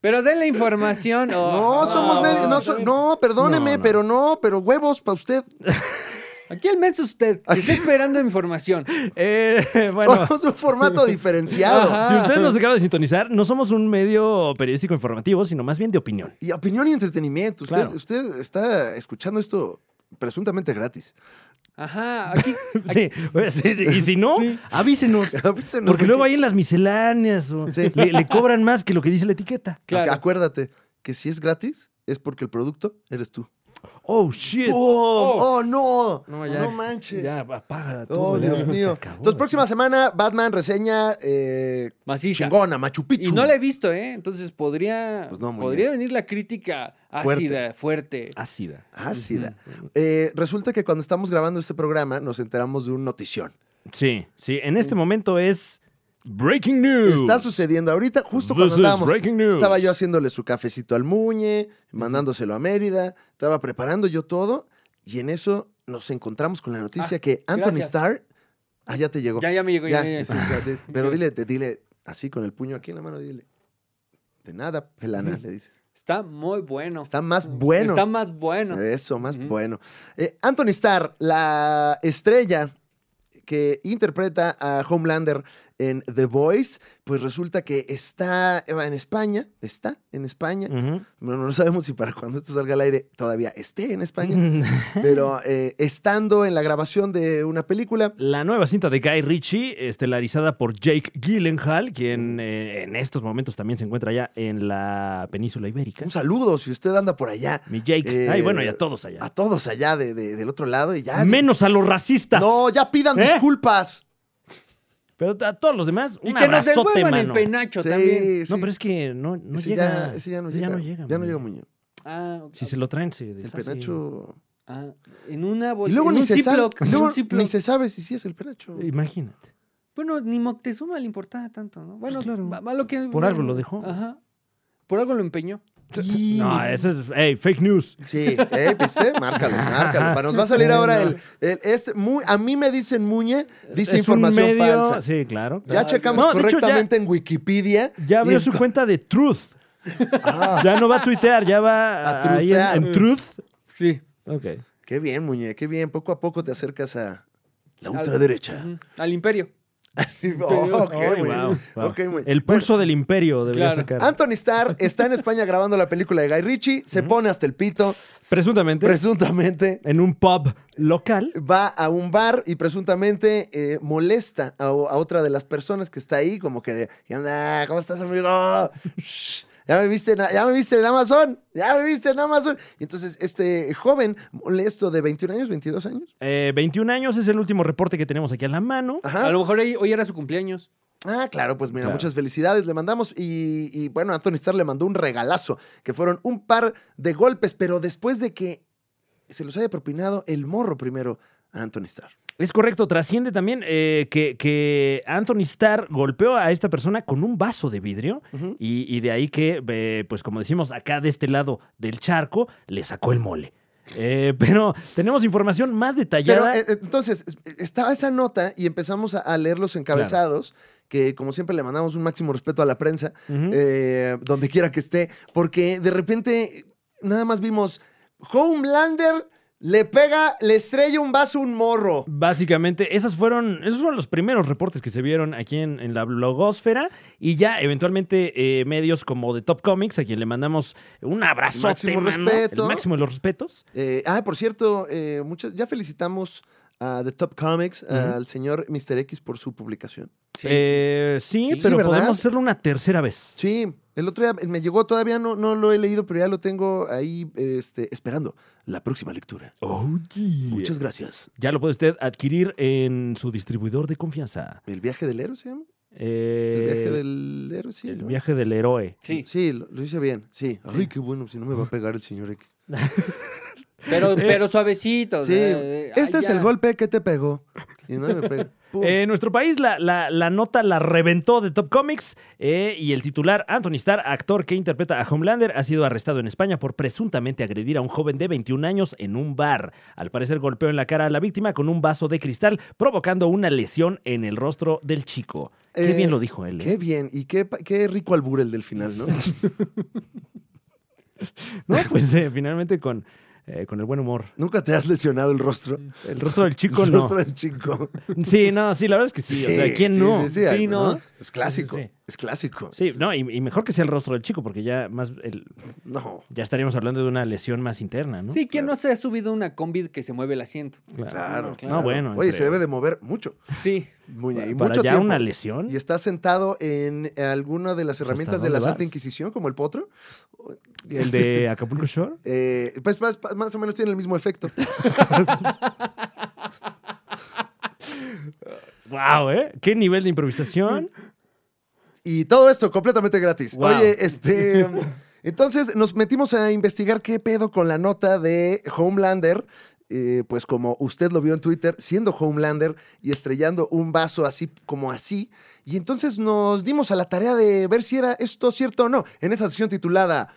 Pero den la información. No, oh, somos medio. No, so- no, perdóneme, No, no. pero no, pero huevos para usted. Aquí el menso usted. que está esperando información. Eh, bueno. Somos un formato diferenciado. Ajá. Oh, Si usted nos acaba de sintonizar, no somos un medio periodístico informativo, sino más bien de opinión. Y opinión y entretenimiento. Usted, Claro. usted está escuchando esto presuntamente gratis. Ajá, aquí. Sí, pues, sí, sí, y si no, Sí. avísenos. Avísenos, Porque porque- luego ahí en las misceláneas o- Sí. le, le cobran más que lo que dice la etiqueta. Claro. Acuérdate que si es gratis, es porque el producto eres tú. Oh, shit. ¡Oh, no! No, ya- no manches. Ya, apaga todo. Oh, ya, Dios se mío. acabó, Entonces, ya. próxima semana, Batman reseña eh, Maciza. chingona, Machu Picchu. Y no la he visto, ¿eh? Entonces podría, Pues no, muy Ah, podría venir la crítica ácida, fuerte. Ácida. Ácida. Eh, resulta que cuando estamos grabando este programa nos enteramos de un notición. Sí, sí. En este momento es Breaking News. Está sucediendo ahorita, justo This cuando is estábamos. breaking news. Estaba yo haciéndole su cafecito al Muñe, mandándoselo a Mérida, estaba preparando yo todo y en eso nos encontramos con la noticia Ah, que Anthony gracias. Starr. Ah, ya te llegó. Ya, ya me llegó. Ya, Ya, ya, sí, ya. ya, de- pero dile, te- dile así con el puño aquí en la mano, dile. De nada, pelana, le dices. Está muy bueno. Está más bueno. Está más bueno. Eso, más Ujú. bueno. Eh, Anthony Starr, la estrella que interpreta a Homelander en The Voice, pues resulta que está eh, en España, está en España. Ujú. Bueno, no sabemos si para cuando esto salga al aire todavía esté en España, pero eh, estando en la grabación de una película, La nueva cinta de Guy Ritchie, estelarizada por Jake Gyllenhaal, quien eh, en estos momentos también se encuentra allá en la península ibérica. un saludo si usted anda por allá, Mi Jake. Eh, Ay, bueno, y a todos allá. a todos allá de- de- del otro lado y ya... Menos a los racistas. No, ya pidan ¿Eh? disculpas. Pero a todos los demás, Y un que nos abrazote, devuelvan el mano. penacho Sí, también. sí. No, pero es que no, no Ese llega. ya, ese ya no llega. Ya no llega, Muñe. Muñe. Ah, ok. Si se lo traen, se El deshace. penacho. Ah, en una Y bolsa. luego en ni un se sabe. Ziploc, y en luego un Ziploc. ni se sabe si sí es el penacho. Imagínate. Bueno, ni Moctezuma le importaba tanto, ¿no? Bueno, Ah, Pues claro. va- va lo que- Por algo lo dejó. Ajá. Por algo lo empeñó. Y- No, eso es. Ey, fake news. Sí, ¿eh? ¿viste? Márcalo, márcalo. Para- Nos va a salir ahora el, el- este, muy, a mí me dicen Muñe, dice Es un información medio- falsa. Sí, claro. Ya Ah, checamos no, de hecho, ya- correctamente en Wikipedia. Ya y abrió es su co- cuenta de Truth. Ah, Ya no va a tuitear, ya va A ahí en- trutear. en, Truth. Sí. Ok. qué bien, Muñe, qué bien. Poco a poco te acercas a la ultraderecha. Al imperio. Oh, ok, Ay, Muñe. wow, wow. Ok, Muñe. Bueno, El Ah, pulso del imperio debería Claro. sacar. Anthony Starr está en España grabando la película de Guy Ritchie, se pone hasta el pito, Presuntamente, presuntamente en un pub local. va a un bar y presuntamente eh, molesta a, o- a otra de las personas que está ahí, como que de, "¿Qué onda? ¿Cómo estás, amigo? Ya me, viste en, ya me viste en Amazon, ya me viste en Amazon. Y entonces este joven molesto de 21 años, 22 años. Eh, 21 años es el último reporte que tenemos aquí a la mano. A Ajá. lo mejor hoy, hoy era su cumpleaños. Ah, claro, pues mira, Claro. muchas felicidades le mandamos. Y, y bueno, Anthony Starr le mandó un regalazo, que fueron un par de golpes, pero después de que se los haya propinado el morro primero a Anthony Starr. Es correcto, trasciende también eh, que, que Anthony Starr golpeó a esta persona con un vaso de vidrio Ujú. y, y de ahí que, eh, pues como decimos acá de este lado del charco, le sacó el mole. Eh, pero tenemos información más Pero detallada. eh, eh, entonces, es- estaba esa nota y empezamos a, a leer los encabezados, que como siempre le mandamos un máximo respeto a la prensa, Ujú. eh, donde quiera que esté, porque de repente nada más vimos, Homelander le pega, le estrella un vaso a un morro. Básicamente, esas fueron, esos fueron los primeros reportes que se vieron aquí en, en la blogósfera y ya eventualmente eh, medios como The Top Comics, a quien le mandamos un abrazo. Máximo respeto. El máximo de los respetos. Eh, ah, por cierto, eh, muchas, ya felicitamos a The Top Comics, al señor Mr. X por su publicación. Sí. Eh, sí, Sí, pero ¿verdad? podemos hacerlo una tercera vez. Sí, el otro día eh, me llegó, todavía no, no lo he leído, pero ya lo tengo ahí este, esperando la próxima lectura. Muchas gracias. Ya lo puede usted adquirir en su distribuidor de confianza. ¿El viaje del héroe se llama? Eh, El viaje del héroe, sí. el ¿no? viaje del héroe. Sí. Sí, lo, lo hice bien, sí. Ay, qué bueno, si no me va a pegar el señor X. Pero, pero suavecito. Eh, Sí, eh, este ah, es ya. el golpe que te pegó. Y no me pega. Pum. Eh, en nuestro país la, la- la nota la reventó de Top Comics eh, y el titular Anthony Starr, actor que interpreta a Homelander, ha sido arrestado en España por presuntamente agredir a un joven de 21 años en un bar. Al parecer golpeó en la cara a la víctima con un vaso de cristal, provocando una lesión en el rostro del chico. Qué Eh, bien lo dijo él. eh. Qué bien, y qué, pa- qué rico albur el del final, ¿no? No, pues eh, finalmente con, eh, con el buen humor. Nunca te has lesionado el rostro. El rostro del chico el no. rostro del chico. Sí, no, sí, la verdad es que sí. o sea, ¿quién sí, no? Sí, sí, ay, Sí, pues, ¿no? Es clásico. Sí, sí, sí. Es clásico. Sí, Es- no, y, y mejor que sea el rostro del chico, porque ya más el- No, ya estaríamos hablando de una lesión más interna, ¿no? Sí, ¿quién no se ha subido una combi que se mueve el asiento? Claro. claro. No, claro. No, bueno, Oye, entre- se debe de mover mucho. Sí. Muñe, y Para mucho ya tiempo. una lesión. Y está sentado en alguna de las herramientas de la Pues, dónde Santa vas? Inquisición, como el potro. El de Acapulco Shore. Eh, pues más, más o menos tiene el mismo efecto. Wow, ¿eh? ¿Qué nivel de improvisación? Y todo esto completamente gratis. Wow. Oye, este. Entonces nos metimos a investigar qué pedo con la nota de Homelander. eh, pues como usted lo vio en Twitter, siendo Homelander y estrellando un vaso así como así. Y entonces nos dimos a la tarea de ver si era esto cierto o no. En esa sección titulada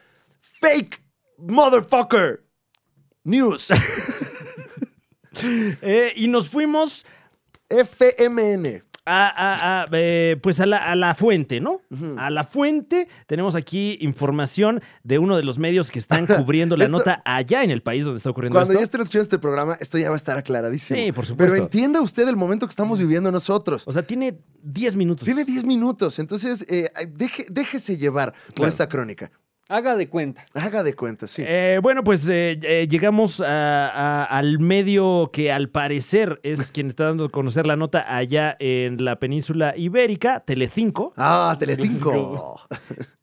Fake Motherfucker News Eh, y nos fuimos FMN. a, a- a, eh, pues a la, a la fuente, ¿no? Ujú. A la fuente tenemos aquí información de uno de los medios que están cubriendo la Esto- nota allá en el país donde está ocurriendo Cuando ya esto. estén escuchando este programa, esto ya va a estar aclaradísimo. Sí, por supuesto. Pero entienda usted el momento que estamos viviendo nosotros. O sea, tiene 10 minutos. Pues, Tiene 10 minutos, entonces eh, deje- déjese llevar por Claro. esta crónica. Haga de cuenta. Haga de cuenta, sí. Eh, bueno, pues eh, eh, llegamos a- a- al medio que al parecer es quien está dando a conocer la nota allá en la península ibérica, Telecinco. Ah, Telecinco.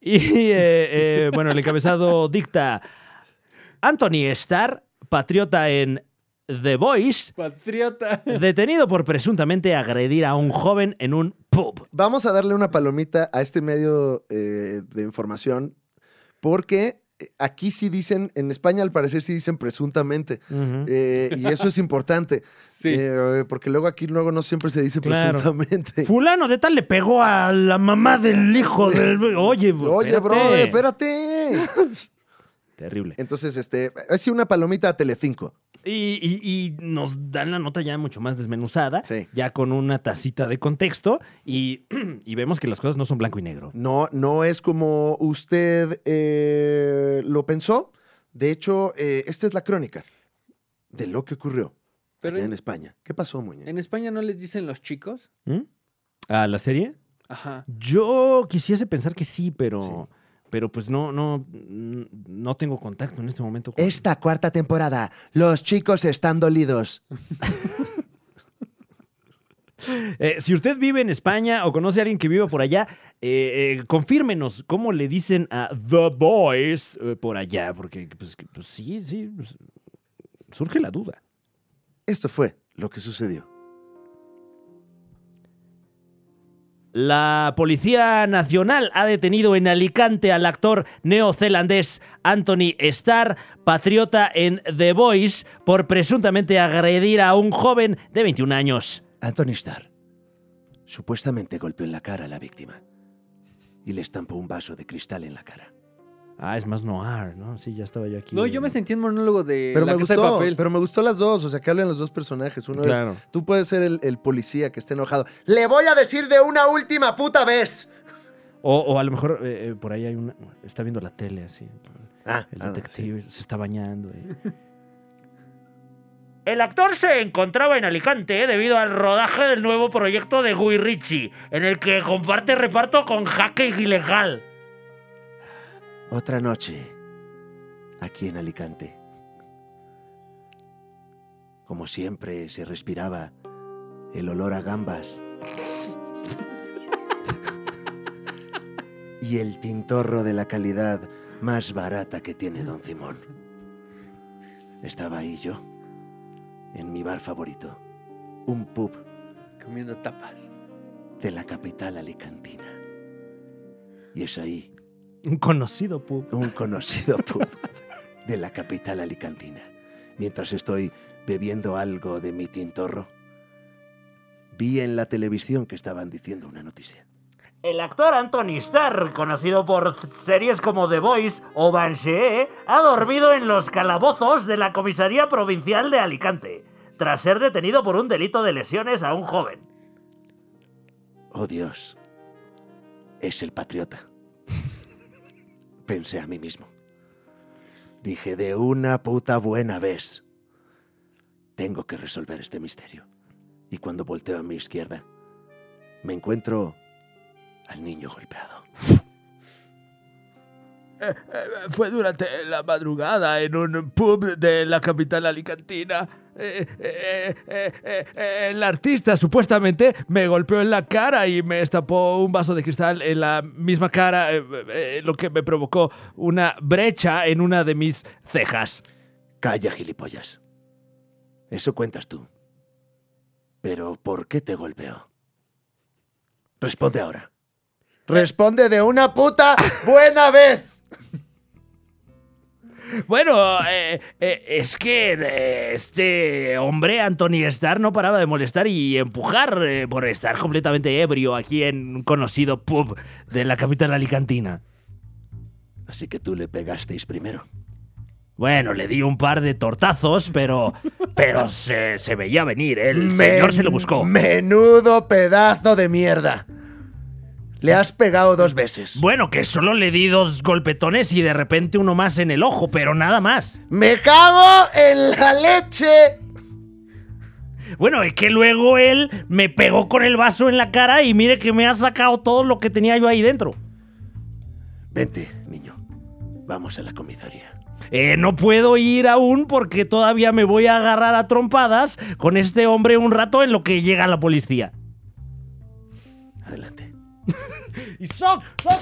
Y eh, eh, bueno, el encabezado dicta Anthony Starr, patriota en The Voice, Patriota. detenido por presuntamente agredir a un joven en un pub. Vamos a darle una palomita a este medio eh, de información porque eh, aquí sí dicen, en España al parecer sí dicen presuntamente. Eh, y eso es importante, Sí. eh, porque luego aquí luego no siempre se dice Claro. presuntamente. Fulano de tal le pegó a la mamá del hijo del... Oye, Oye, espérate. bro, espérate. Terrible. Entonces, este, es una palomita a Telecinco. Y, y- y nos dan la nota ya mucho más desmenuzada, Sí. ya con una tacita de contexto y, y vemos que las cosas no son blanco y negro. No, no es como usted eh, lo pensó. De hecho, eh, esta es la crónica de lo que ocurrió Pero allá en en, España. ¿Qué pasó, Muñe? en España no les dicen los chicos. ¿Mm? ¿A la serie? Ajá. Yo quisiese pensar que sí, pero, Sí. pero pues no, no, mm, no tengo contacto en este momento. con- Esta cuarta temporada, los chicos están dolidos. Eh, si usted vive en España o conoce a alguien que viva por allá, eh, eh, confírmenos cómo le dicen a The Boys eh, por allá, porque pues, que- pues, sí, sí, pues, surge la duda. Esto fue lo que sucedió. La Policía Nacional ha detenido en Alicante al actor neozelandés Anthony Starr, patriota en The Voice, por presuntamente agredir a un joven de 21 años. Anthony Starr supuestamente golpeó en la cara a la víctima y le estampó un vaso de cristal en la cara. Ah, es más noir, ¿no? Sí, ya estaba yo aquí. No, yo me sentí en monólogo de Pero Eh, la me casa de gustó, papel. pero me gustó las dos, o sea, que hablan los dos personajes. Uno es Claro. Tú puedes ser el, el policía que esté enojado. Le voy a decir de una última puta vez. O, o a lo mejor eh, eh, por ahí hay una. Está viendo la tele así. Ah, El ah, sí. detective se está bañando. eh. El actor se encontraba en Alicante debido al rodaje del nuevo proyecto de Guy Ritchie, en el que comparte reparto con Jaque Gilegal. Otra noche. Aquí en Alicante. Como siempre se respiraba el olor a gambas. y el tintorro de la calidad más barata que tiene Don Simón. Estaba ahí yo, en mi bar favorito, un pub Comiendo tapas. de la capital alicantina. Y es ahí Un conocido pub. un conocido pub de la capital alicantina. Mientras estoy bebiendo algo de mi tintorro, vi en la televisión que estaban diciendo una noticia. El actor Anthony Starr, conocido por series como The Voice o Banshee, ha dormido en los calabozos de la comisaría provincial de Alicante, tras ser detenido por un delito de lesiones a un joven. Oh Dios, es el patriota. Pensé a mí mismo. Dije, de una puta buena vez, tengo que resolver este misterio. Y cuando volteo a mi izquierda, me encuentro al niño golpeado. Eh, eh, fue durante la madrugada en un pub de la capital alicantina. Eh, eh, eh, eh, eh, el artista supuestamente me golpeó en la cara y me estapó un vaso de cristal en la misma cara, eh, eh, lo que me provocó una brecha en una de mis cejas. Calla, gilipollas. Eso cuentas tú. Pero ¿por qué te golpeó? Responde ahora. Responde de una puta buena vez. Bueno, eh, eh, es que eh, este hombre, Anthony Starr, no paraba de molestar y empujar eh, por estar completamente ebrio aquí en un conocido pub de la capital alicantina. Así que tú le pegasteis primero. Bueno, le di un par de tortazos, pero, pero se, se veía venir. ¿eh? El Men- señor se lo buscó. Menudo pedazo de mierda. Le has pegado dos veces. Bueno, que solo le di dos golpetones y de repente uno más en el ojo, pero nada más. ¡Me cago en la leche! Bueno, es que luego él me pegó con el vaso en la cara y mire que me ha sacado todo lo que tenía yo ahí dentro. Vente, niño. Vamos a la comisaría. Eh, no puedo ir aún porque todavía me voy a agarrar a trompadas con este hombre un rato en lo que llega la policía. Adelante. Y soc, soc.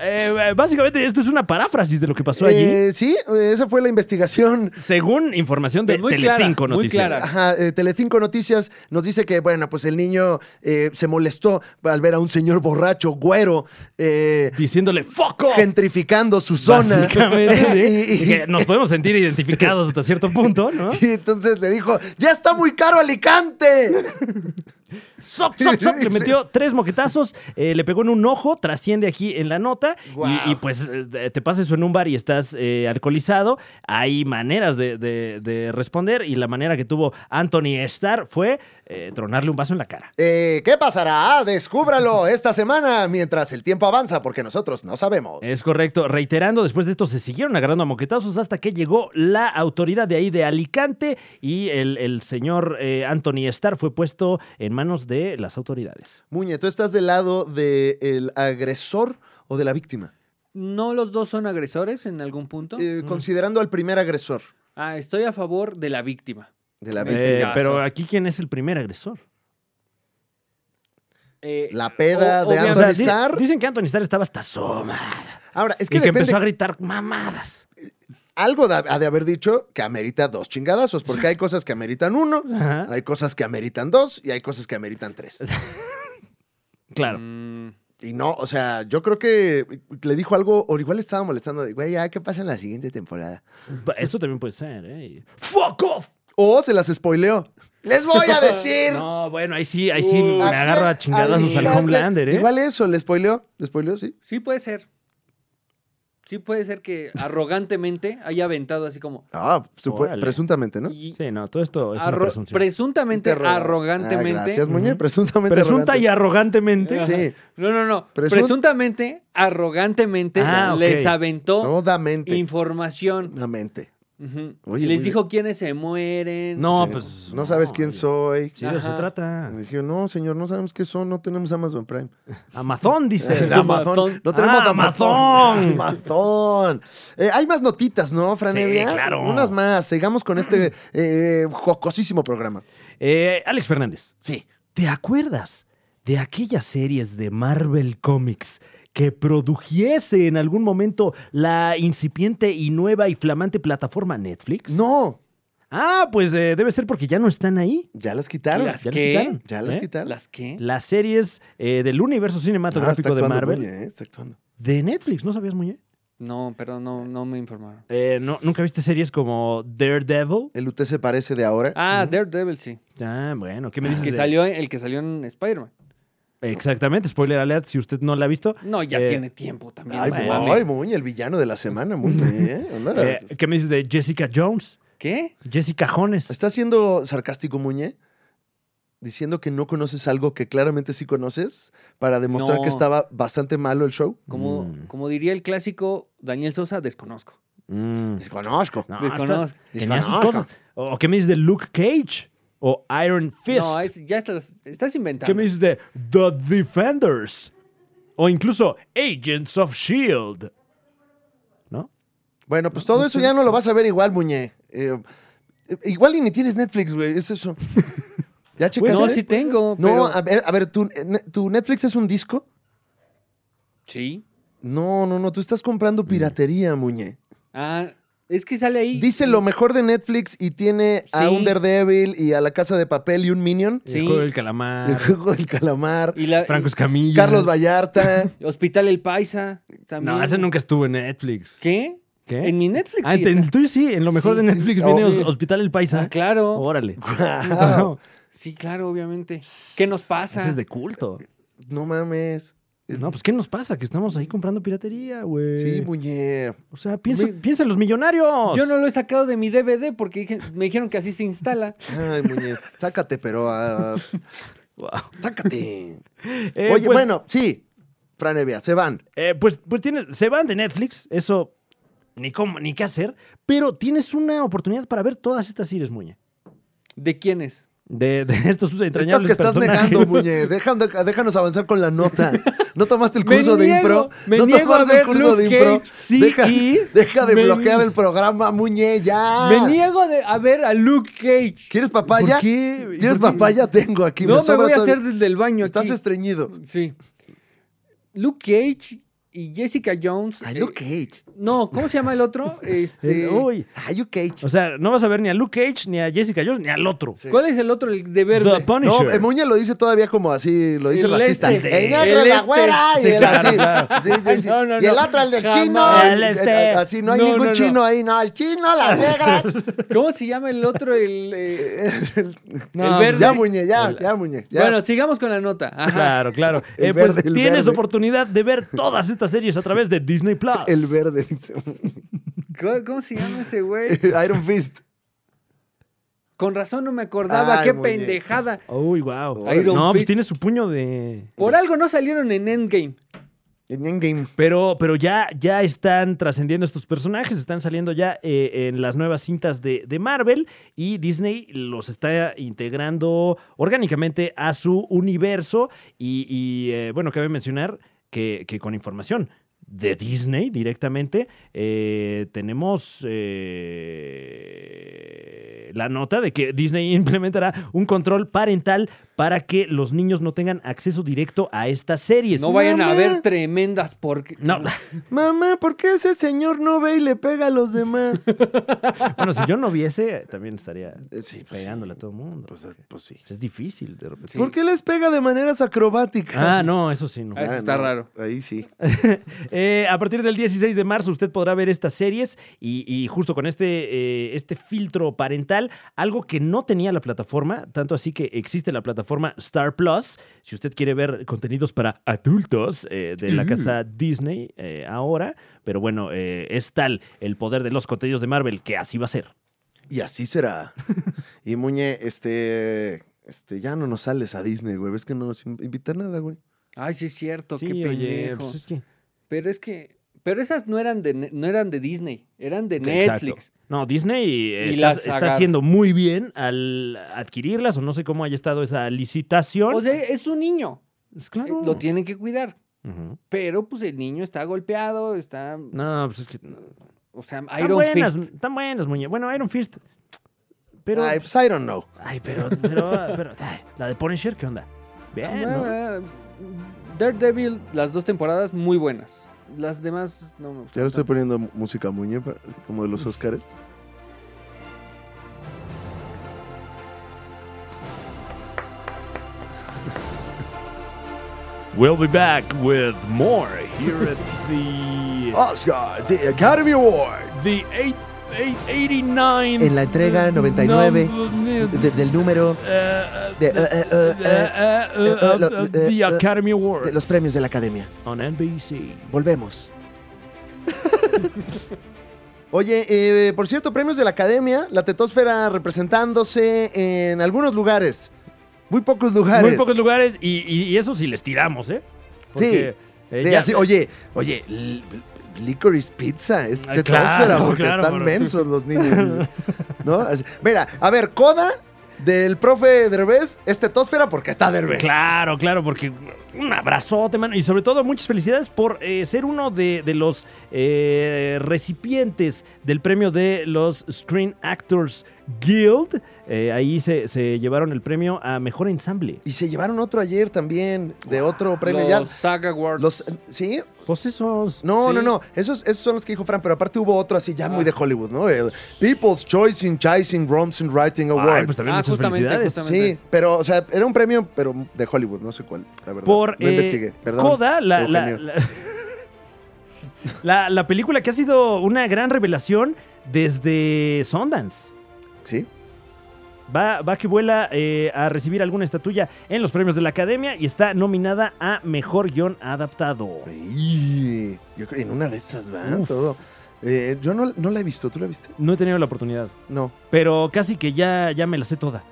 Eh, básicamente esto es una paráfrasis de lo que pasó allí. Eh, sí, esa fue la investigación. Según información de Muy clara, Telecinco muy Noticias. clara. Ajá, eh, Telecinco Noticias nos dice que, bueno, pues el niño eh, se molestó al ver a un señor borracho, güero, eh, Diciéndole foco. gentrificando su zona. Básicamente, ¿eh? Y- y- que nos podemos sentir identificados hasta cierto punto, ¿no? y entonces le dijo, ¡ya está muy caro Alicante! ¡Sop, sop, sop! Le metió tres moquetazos, eh, le pegó en un ojo, trasciende aquí en la nota. y- Guau. Y, pues eh, te pasas eso en un bar y estás eh, alcoholizado. Hay maneras de, de- de responder. Y la manera que tuvo Anthony Starr fue eh, tronarle un vaso en la cara. Eh, ¿Qué pasará? Descúbralo esta semana mientras el tiempo avanza, porque nosotros no sabemos. Es correcto. Reiterando, después de esto se siguieron agarrando a moquetazos hasta que llegó la autoridad de ahí de Alicante y el, el señor eh, Anthony Starr fue puesto en manos de las autoridades. Muñe, ¿tú estás del lado del agresor o de la víctima? ¿No los dos son agresores en algún punto? Eh, Mm. Considerando al primer agresor Ah, estoy a favor de la víctima. de la Eh, víctima. Eh, ya, pero sí. aquí, ¿quién es el primer agresor? Eh, La peda de o- obviamente- Anthony di- Starr. Dicen que Anthony Starr estaba hasta soma. Ahora, es y que que depende. empezó a gritar mamadas. Algo da- ha de haber dicho que amerita dos chingadazos, porque hay cosas que ameritan uno, Ajá. hay cosas que ameritan dos y hay cosas que ameritan tres. Claro. Mm, Y no, o sea, yo creo que le dijo algo, o igual estaba molestando, de, güey, ya, ¿qué pasa en la siguiente temporada? Eso también puede ser, ¿eh? ¡Fuck off! O se las spoileó. ¡Les voy a decir! No, bueno, ahí sí, ahí sí Uh, me agarro a chingadazos al Alicante. Homelander, ¿eh? Igual eso, le spoileó, le spoileó, sí. sí puede ser. Sí puede ser que arrogantemente haya aventado así como... Ah, supo- Órale. presuntamente, ¿no? y- Sí, no, todo esto es una arro- presunción. presuntamente, Interroga- arrogantemente... Ah, gracias, Muñe. Ujú. Presuntamente. Presunta y arrogante. arrogantemente. Ajá. Sí. No, no, no. Presun- Presuntamente, arrogantemente, Ah, ok. les aventó Toda mente. información. Una mente. Ujú. Oye, y les muy dijo quiénes se mueren. No, Sí. pues. No sabes quién oye. soy. Sí, de eso se Ajá. trata. Le dije, no, señor, no sabemos qué son, no tenemos Amazon Prime. Amazon, dice. Amazon. Amazon. No tenemos Ah, Amazon. Amazon. Amazon. Eh, hay más notitas, ¿no, Franevia? Sí, claro. Unas más. Sigamos con este eh, jocosísimo programa. Eh, Alex Fernández. Sí. ¿Te acuerdas de aquellas series de Marvel Comics que produjese en algún momento la incipiente y nueva y flamante plataforma Netflix? No, Ah, pues eh, debe ser porque ya no están ahí. ya las quitaron. Las ¿Ya las ¿Qué? quitaron? Ya las ¿Eh? quitaron. ¿Las qué? Las series eh, del universo cinematográfico de Marvel Ah, está actuando. de Netflix, ¿no sabías, Muñe? No, pero no, no me informaron. Eh, no, ¿Nunca viste series como Daredevil? El UT se parece de ahora. Ah, Daredevil, sí. Ah, bueno, ¿qué me El dices? que de- salió, el que salió en Spider-Man. Exactamente, spoiler alert, si usted no la ha visto. No, ya Eh, tiene tiempo también. Ay, no bueno. Muñe, mames. ay, Muñe, el villano de la semana, Muñe. ¿eh? Anda. eh, ¿Qué me dices de Jessica Jones? ¿Qué? Jessica Jones. ¿Estás siendo sarcástico, Muñe? Diciendo que no conoces algo que claramente sí conoces para demostrar No. que estaba bastante malo el show. Como, Mm. como diría el clásico Daniel Sosa, desconozco. Mm. Conozco. No, Desconozco. está- tenía sus Desconozco. cosas. ¿O qué me dices de Luke Cage? o Iron Fist. No, es- ya estás, estás inventando. ¿Qué me dices de The Defenders? O incluso Agents of Shield. ¿No? Bueno, pues todo eso ya no lo vas a ver igual, Muñe. Eh, eh, igual y ni tienes Netflix, güey. Es eso. ¿Ya Pues checaste? no, sí tengo. No, pero- a ver, a ver ¿tu, eh, ne- ¿tu Netflix es un disco? Sí. No, no, no. Tú estás Mm. comprando piratería, Muñe. Ah, es que sale ahí. Dice lo mejor de Netflix y tiene a Sí. un Daredevil y a La Casa de Papel y un Minion. Sí. El juego del El calamar. juego del calamar. Y la, Franco Escamilla. Carlos Vallarta. y Hospital El Paisa. También. No, ese nunca estuvo en Netflix. ¿Qué? ¿Qué? En mi Netflix. Ah, sí en el está. tuyo sí, en lo mejor Sí, de Netflix sí. viene Oh. Hos- Hospital El Paisa. Ah, claro. Órale. Guau. Sí, claro, obviamente. ¿Qué nos pasa? Ese es de culto. No mames. No, pues ¿qué nos pasa? Que estamos ahí comprando piratería, güey. Sí, Muñe. O sea, piensa, piensa en los millonarios. Yo no lo he sacado de mi DVD porque dije- me dijeron que así se instala. Ay, Muñe. Sácate, pero. ah, Wow. sácate. Eh, Oye, pues- bueno, sí. Fran Evia, se van. Eh, pues, pues tienes, se van de Netflix, eso ni cómo, ni qué hacer, pero tienes una oportunidad para ver todas estas series, Muñe. ¿De quién es? De, de estos Estas entrañables que estás personajes. negando, Muñe. Dejan- déjanos avanzar con la nota. No tomaste el Me curso de niego, impro. me no niego a tomaste el ver curso de Luke impro. Cage, sí, deja, y deja de me- bloquear el programa, Muñe, Ah. ya. Me niego de, a ver a Luke Cage. ¿Quieres papaya? ¿Por qué? ¿Quieres ¿Por qué? papaya? Tengo aquí. no me sobra voy a todo el- hacer desde el baño. Estás aquí. estreñido. Sí. Luke Cage y Jessica Jones. Ay, eh, Luke Cage. No, ¿cómo se llama el otro? Este. Eh, uy. Ay, Luke Cage. O sea, no vas a ver ni a Luke Cage, ni a Jessica Jones, ni al otro. Sí. ¿Cuál es el otro, el de verde? The No, Punisher. eh, Muñe lo dice todavía como así, lo dice El racista. este. El negro, El la este. güera y Sí, el así. claro. Sí, sí, sí. No, no, y el no. otro, el del Jamás. chino. El eh, este. Así, no hay No, ningún no, no. chino ahí, no. El chino, la negra. ¿Cómo se llama el otro? El, eh, No, el verde. ya, Muñe, ya, ya, Muñe. Ya. Ah, Bueno, sigamos con la nota. Ajá. Claro, claro. El Eh, pues verde, el tienes verde. oportunidad de ver todas estas series a través de Disney Plus. el verde, dice. ¿Cómo, cómo se llama ese güey? Iron Fist. Con razón no me acordaba. Ay, qué muy bien. pendejada. Uy, wow. Iron no, pues Fist. tiene su puño de. Por algo no salieron en Endgame. En Endgame. Pero, pero ya, ya están trascendiendo estos personajes, están saliendo ya eh, en las nuevas cintas de, de Marvel y Disney los está integrando orgánicamente a su universo. Y, y, eh, bueno, cabe mencionar que, que con información de Disney directamente eh, tenemos eh, la nota de que Disney implementará un control parental para que los niños no tengan acceso directo a estas series. No vayan Mamá. a ver tremendas porque. No, Mamá, ¿por qué ese señor no ve y le pega a los demás? Bueno, si yo no viese, también estaría Eh, sí, pues pegándole a todo el mundo. Pues, es- pues sí. es difícil de repente. Sí. ¿Por qué les pega de maneras acrobáticas? Ah, no, eso sí, no. Ah, eso está raro. Ahí sí. Eh, a partir del 16 de marzo usted podrá ver estas series y, y justo con este, eh, este filtro parental, algo que no tenía la plataforma, tanto así que existe la plataforma Star Plus. Si usted quiere ver contenidos para adultos eh, de la casa Disney eh, ahora, pero bueno, eh, es tal el poder de los contenidos de Marvel que así va a ser. Y así será. y Muñe, este. Este, ya no nos sales a Disney, güey. Ves que no nos in- invitan nada, güey. Ay, sí es cierto, Oh, qué Sí, pendejo. oye, pues es que- Pero es que. Pero esas no eran de, ne- no eran de Disney, eran de Exacto. Netflix. No, Disney eh, Y está, las está agarra. haciendo muy bien al adquirirlas o no sé cómo haya estado esa licitación. O sea, es un niño. Pues eh, claro. Lo tienen que cuidar. Ujú. Pero pues el niño está golpeado, está. No, pues es que... no. O sea, Tan Iron buenas, Fist. Tan buenas, muñe. Bueno, Iron Fist. Pero... Ay, Ay, pues I don't know. pero... pero, pero- ay, la de Punisher, ¿qué onda? Bien, ¿no? Ah, Daredevil, las dos temporadas muy buenas. Las demás no me Ya le gustan. estoy tanto. poniendo mu- música Muñe, pa- así como de los Óscares. We'll be back with more here at the... Oscar, the Academy Award. The eight- eight- 89... En la entrega 99 de- del número de, eh, eh, eh, eh, lo- eh, the eh, Academy Awards de los premios de la academia. on NBC. Volvemos. Oye, eh, por cierto, premios de la academia, la tetósfera representándose en algunos lugares. Muy pocos lugares. Muy pocos lugares y, y, y eso sí les tiramos, ¿eh? eh, Sí, ya- así, oye, oye, l- l- Licorice Pizza es Ah, de claro, Transfera porque claro, están por- mensos los niños. ¿no? Así- mira, a ver, Coda del profe Derbez es Tetosfera porque está Derbez. Claro, claro, porque un abrazote, mano. Y sobre todo, muchas felicidades por eh, ser uno de, de los eh, recipientes del premio de los Screen Actors Guild. Eh, ahí se, se llevaron el premio a Mejor Ensamble. Y se llevaron otro ayer también, de otro premio Los ya. Saga Awards. Los, eh, ¿Sí? Pues esos. No, Sí. no, no. Esos, esos son los que dijo Fran, pero aparte hubo otro así ya Ah. muy de Hollywood, ¿no? El People's Choice in Chasing Roms and Writing Ay, Awards. pues también Ah, muchas justamente, felicidades. justamente. sí, pero, o sea, era un premio, pero de Hollywood, no sé cuál, la verdad. Por no eh, investigué, perdón. Coda, la, la- Eugenio. la- la- la película que ha sido una gran revelación desde Sundance. Sí. Va, va que vuela eh, a recibir alguna estatuilla en los premios de la Academia y está nominada a Mejor Guión Adaptado. Sí, Yo creo que en una de esas va Uf. todo. Eh, yo no, no la he visto, ¿tú la viste? No he tenido la oportunidad, No. pero casi que ya, ya me la sé toda.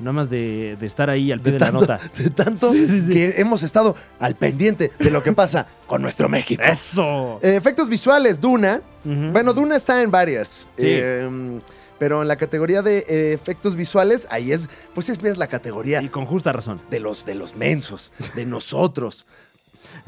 Nada más de, de estar ahí al pie de, la tanto, nota. de tanto Sí, sí, sí. que hemos estado al pendiente de lo que pasa con nuestro México. ¡Eso! Eh, efectos visuales, Duna. Ujú. Bueno, Duna está en varias. Sí. eh, pero en la categoría de eh, efectos visuales, ahí es, pues es, es la categoría Y con justa razón. de los, de los mensos, de nosotros.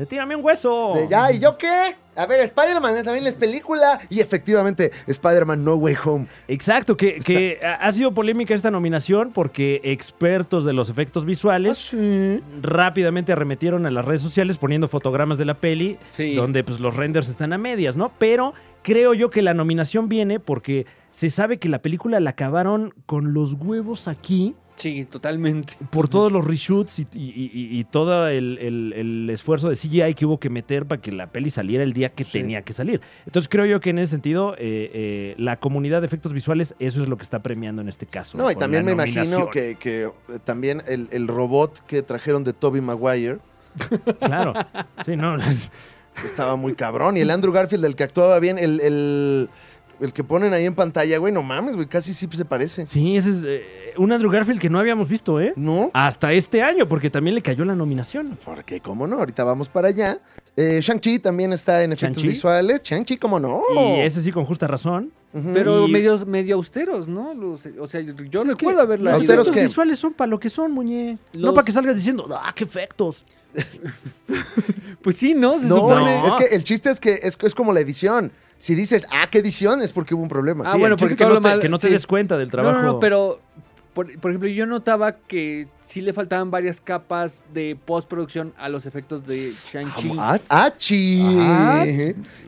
¡Tírame un hueso! De, ya, ¿y yo qué? A ver, Spider-Man también es película. Y efectivamente, Spider-Man No Way Home. Exacto, que, que ha ha sido polémica esta nominación porque expertos de los efectos visuales Ah, sí. rápidamente arremetieron a las redes sociales poniendo fotogramas de la peli, Sí. donde pues, los renders están a medias, ¿no? Pero creo yo que la nominación viene porque se sabe que la película la acabaron con los huevos aquí Sí, totalmente. por todos los reshoots y, y- y- y todo el, el- el esfuerzo de CGI que hubo que meter para que la peli saliera el día que Sí. tenía que salir. Entonces creo yo que en ese sentido, eh, eh, la comunidad de efectos visuales, eso es lo que está premiando en este caso. No, y con también la me imagino nominación. que, que, eh, también el, el robot que trajeron de Toby Maguire Claro. Sí, no, es- estaba muy cabrón. Y el Andrew Garfield, el que actuaba bien, el, el, el que ponen ahí en pantalla, güey, no mames, güey, casi sí se parece. sí, ese es eh, un Andrew Garfield que no habíamos visto, ¿eh? ¿No? Hasta este año, porque también le cayó la nominación. Porque, ¿cómo no? Ahorita vamos para allá. Eh, Shang-Chi también está en efectos ¿Shang-Chi? visuales. Shang-Chi, ¿cómo no? Y ese sí, con justa razón. Ujú. Pero Y- medios, medio austeros, ¿no? Los- o sea, yo Pues es recuerdo que haberla los ido. austeros efectos qué? visuales son para lo que son, muñe. No Los- para que salgas diciendo, ¡ah, qué efectos! Pues sí, ¿no? Se no, supone. es que el chiste es que es, es como la edición. Si dices, ah, ¿qué edición? Es porque hubo un problema. Ah, Sí, el bueno, chiste porque es que todo no lo te, mal- que no te sí. des cuenta del No, trabajo. no, no, pero por, por ejemplo, yo notaba que sí le faltaban varias capas de postproducción a los efectos de Shang-Chi. Ah, ah, chi. Ajá.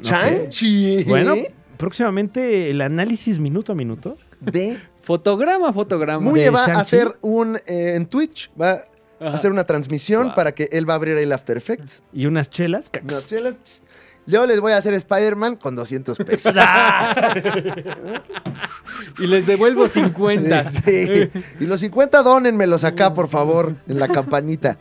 Shang-Chi. Bueno, próximamente el análisis minuto a minuto. De Fotograma, fotograma. Muñe ¿De va a Shang-Chi? hacer un eh, en Twitch, va a Ajá. hacer una transmisión Wow. para que él va a abrir ahí el After Effects. Y unas chelas. Unas chelas. Yo les voy a hacer Spider-Man con 200 pesos. Y les devuelvo 50. Sí. Y los 50 dónenmelos acá, por favor, en la campanita.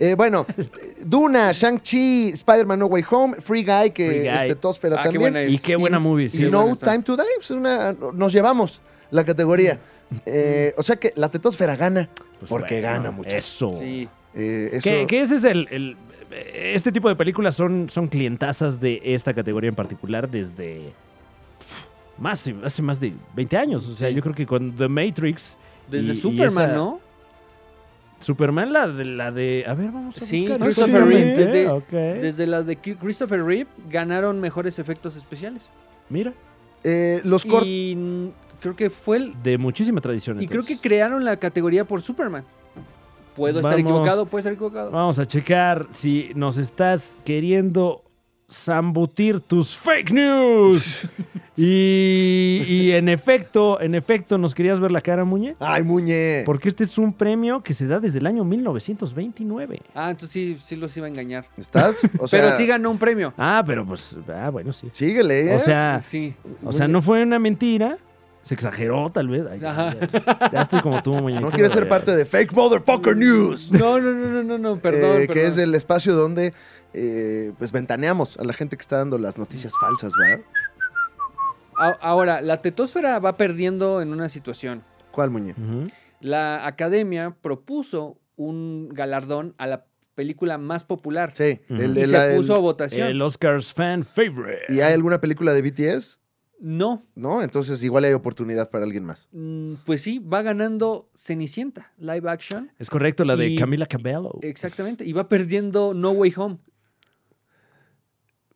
Eh, bueno, eh, Duna, Shang-Chi, Spider-Man No Way Home, Free Guy, que Free Guy. este Tosfera Ah, qué también. buena es. Y qué buena movie. sí. y qué No buena está. Time to Die, pues, una- nos llevamos la categoría. Eh, o sea que la tetosfera gana, Pues porque bueno, gana mucho. Eso. Sí. Eh, eso- Que, que ese es el, el- Este tipo de películas son, son clientazas de esta categoría en particular desde. pf, Más, hace más de 20 años. O sea, Sí. yo creo que con The Matrix. Desde y- y Superman, esa- ¿no? Superman, la de. La de a ver, vamos a Sí, buscar. Christopher Sí, Reeve, ¿eh? desde- Ok. Desde la de Ki- Christopher Reeve ganaron mejores efectos especiales. Mira, eh, los cortes. Y mm, creo que fue el. de muchísima tradición. Y creo que entonces. crearon la categoría por Superman. Puedo estar Vamos. Ah. equivocado, puedo estar equivocado. Vamos a checar si nos estás queriendo zambutir tus fake news. y, y en efecto, en efecto, ¿nos querías ver la cara, Muñe? Ay, Muñe. Porque este es un premio que se da desde el año 1929. Ah, entonces sí, sí los iba a engañar. ¿Estás? O sea, Pero sí ganó un premio. Ah, pero pues, ah, bueno, sí. síguele. ¿eh? O sea, Sí. o sea, no fue una mentira. Se exageró, tal vez. Ay, ya, Ajá. ya- ya estoy como tú, muñeco. no quieres ser parte de Fake Motherfucker News. No, no, no, no, no, no, perdón. eh, que perdón. es el espacio donde eh, pues ventaneamos a la gente que está dando las noticias falsas, ¿verdad? A- Ahora, la tetosfera va perdiendo en una situación. ¿Cuál, Muñe? Ujú. La academia propuso un galardón a la película más popular. Sí, Ujú. el- y el- se el- puso a votación. El Oscars fan favorite. ¿Y hay alguna película de BTS? No, ¿no? Entonces igual hay oportunidad para alguien más. mm, pues sí, va ganando Cenicienta, live action. Es correcto, la de Y- Camila Cabello. Exactamente. Y va perdiendo No Way Home.